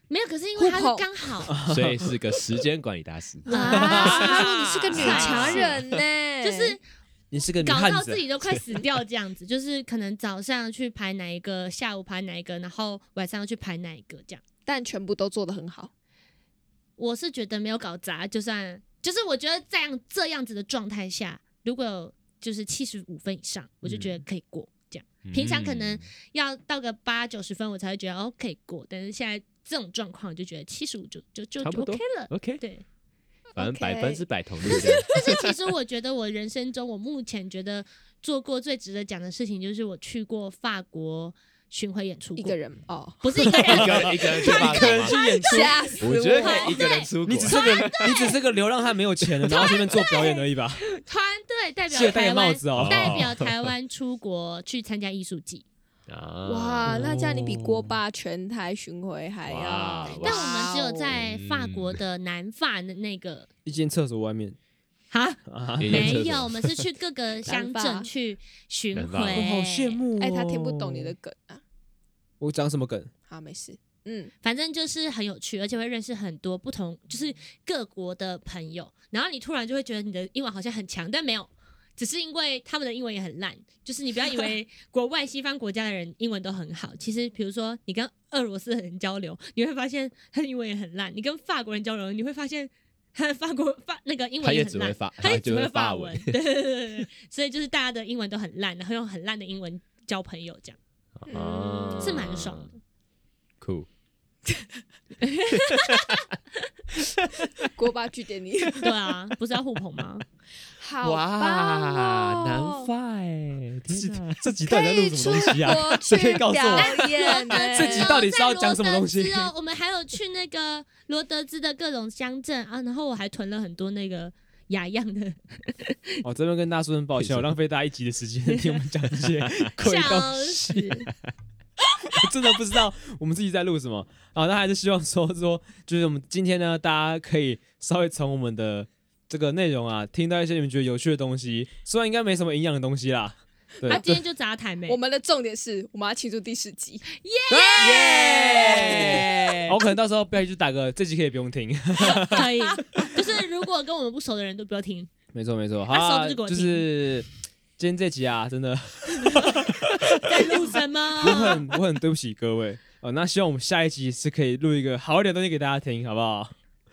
没有，可是因为他是
互捧
刚好
[LAUGHS]
所以是个时间管理大师。
[LAUGHS] 哈鲁，你
哇，
是个女强人欸呢，
就是
你是个女
搞
汉
到
子啊
自。己
[LAUGHS]
都快死掉这样子，就是可能早上去排哪一个，下午排哪一个，然后晚上去排哪一个这样。
但全部都做得很好。
我是觉得没有搞砸，就算就是我觉得这样这样子的状态下，如果有就是七十五分以上，我就
嗯
觉得可以过。这样平常可能
嗯
要到个八九十分，我才会觉得哦可以过，但是现在这种状况，我就觉得七十五就就就
差
就
不多
OK 了。 [LAUGHS]
OK，
对，
反正
OK
百分之百同意这样。
但是其实我觉得我人生中，我目前觉得做过最值得讲的事情，就是我去过法国巡回演出
一
过
个人哦，
不是一
[LAUGHS]
个人，
[LAUGHS] 一个一个人去法
一个
国
人
吗
去？演出，
吓死
我觉得可以一
我！
个人出国。
你只是个你只是个流浪汉，没有钱
[LAUGHS]
了，然后随便做表演而已吧。
团队代
记得
表
戴
台
个帽
湾，
子哦。
代表台湾出国去参加艺术季。
啊
哇，那这样你比锅巴全台巡回还要
哦哇，
但我们只有在法
嗯
国的南法那那个
一间厕所外面
哈，
啊，
也
没
厕
有，
所
我们是去
[LAUGHS]
各个乡
南法
镇去巡
南
回。
法
我 [LAUGHS] 好羡。慕。哦
哎，他听不懂你的，梗啊。
我讲什么梗？
好，没事。嗯，
反正就是很有趣，而且会认识很多不同，就是各国的朋友。然后你突然就会觉得你的英文好像很强，但没有，只是因为他们的英文也很烂。就是你不要以为国外西方国家的人英文都很好，其实比如说你跟俄罗斯人交流，你会发现他的英文也很烂；你跟法国人交流，你会发现 [LAUGHS] 他的法国法那个英
他
文
也
很
只会
烂。
法，
他也只
只
会
法
法文，对对对对对，所以就是大家的英文都很烂，然后用很烂的英文交朋友，这样
啊，
是蛮爽的。
酷。
锅巴据点
[LAUGHS]
你，
对啊，不是要互捧吗？
好棒哦！
法哎，
这集
天哪！
这集到
可
底在
以
录什
出
么东西啊？
国去
谁可以告诉我？
表演欸呢、
这集到底是要讲什么东西
在罗德兹哦，我们还有去那个罗德兹的各种乡镇啊，然后我还囤了很多那个雅漾的
我哦这边跟大家说声
[LAUGHS]
抱歉，我浪费大家一集的时间听我们讲这些鬼
小
东西，
史。
我 [LAUGHS] 真的不知道我们自己在录什么啊。那还是希望说说，就是我们今天呢，大家可以稍微从我们的这个内容啊，听到一些你们觉得有趣的东西，虽然应该没什么营养的东西啦。对
啊，，今天就砸台妹
我，们的重点是，我们要庆祝第十集，
耶！我可能到时候不要去打个，这集可以不用听。 [LAUGHS]
可以。就是如果跟我们不熟的人都不要听，
没错没错，好
啊
啊，
手指给我
就
听
是今天这集啊，真的
在录什
我
么？
很我很对不起各位哦。那希望我们下一集是可以录一个好一点的东西给大家听，好不好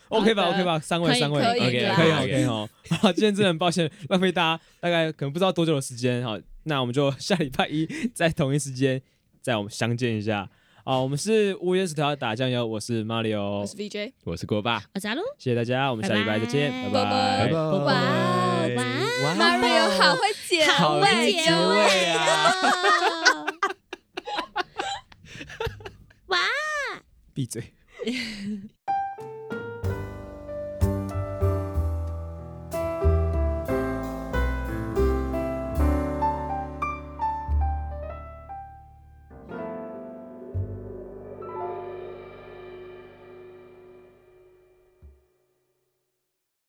？OK 吧
好的
，OK 吧，三位
可以
三位
可以
，OK
啦
可以
可以
OK 哦。好，今天真的很抱歉，浪费大家大概可能不知道多久的时间好，那我们就下礼拜一在同一时间再我们相见一下啊。我们是无缘石头打酱油，我是 Mario，
我是 VJ，
我是锅巴，
我砸喽，
谢谢大家，我们下礼拜再见，
拜
拜
拜
拜
拜
哇哦
拜
哇哦
妈咪有好会剪
好
尾
会
结
结尾
尾
哦哇！
闭嘴。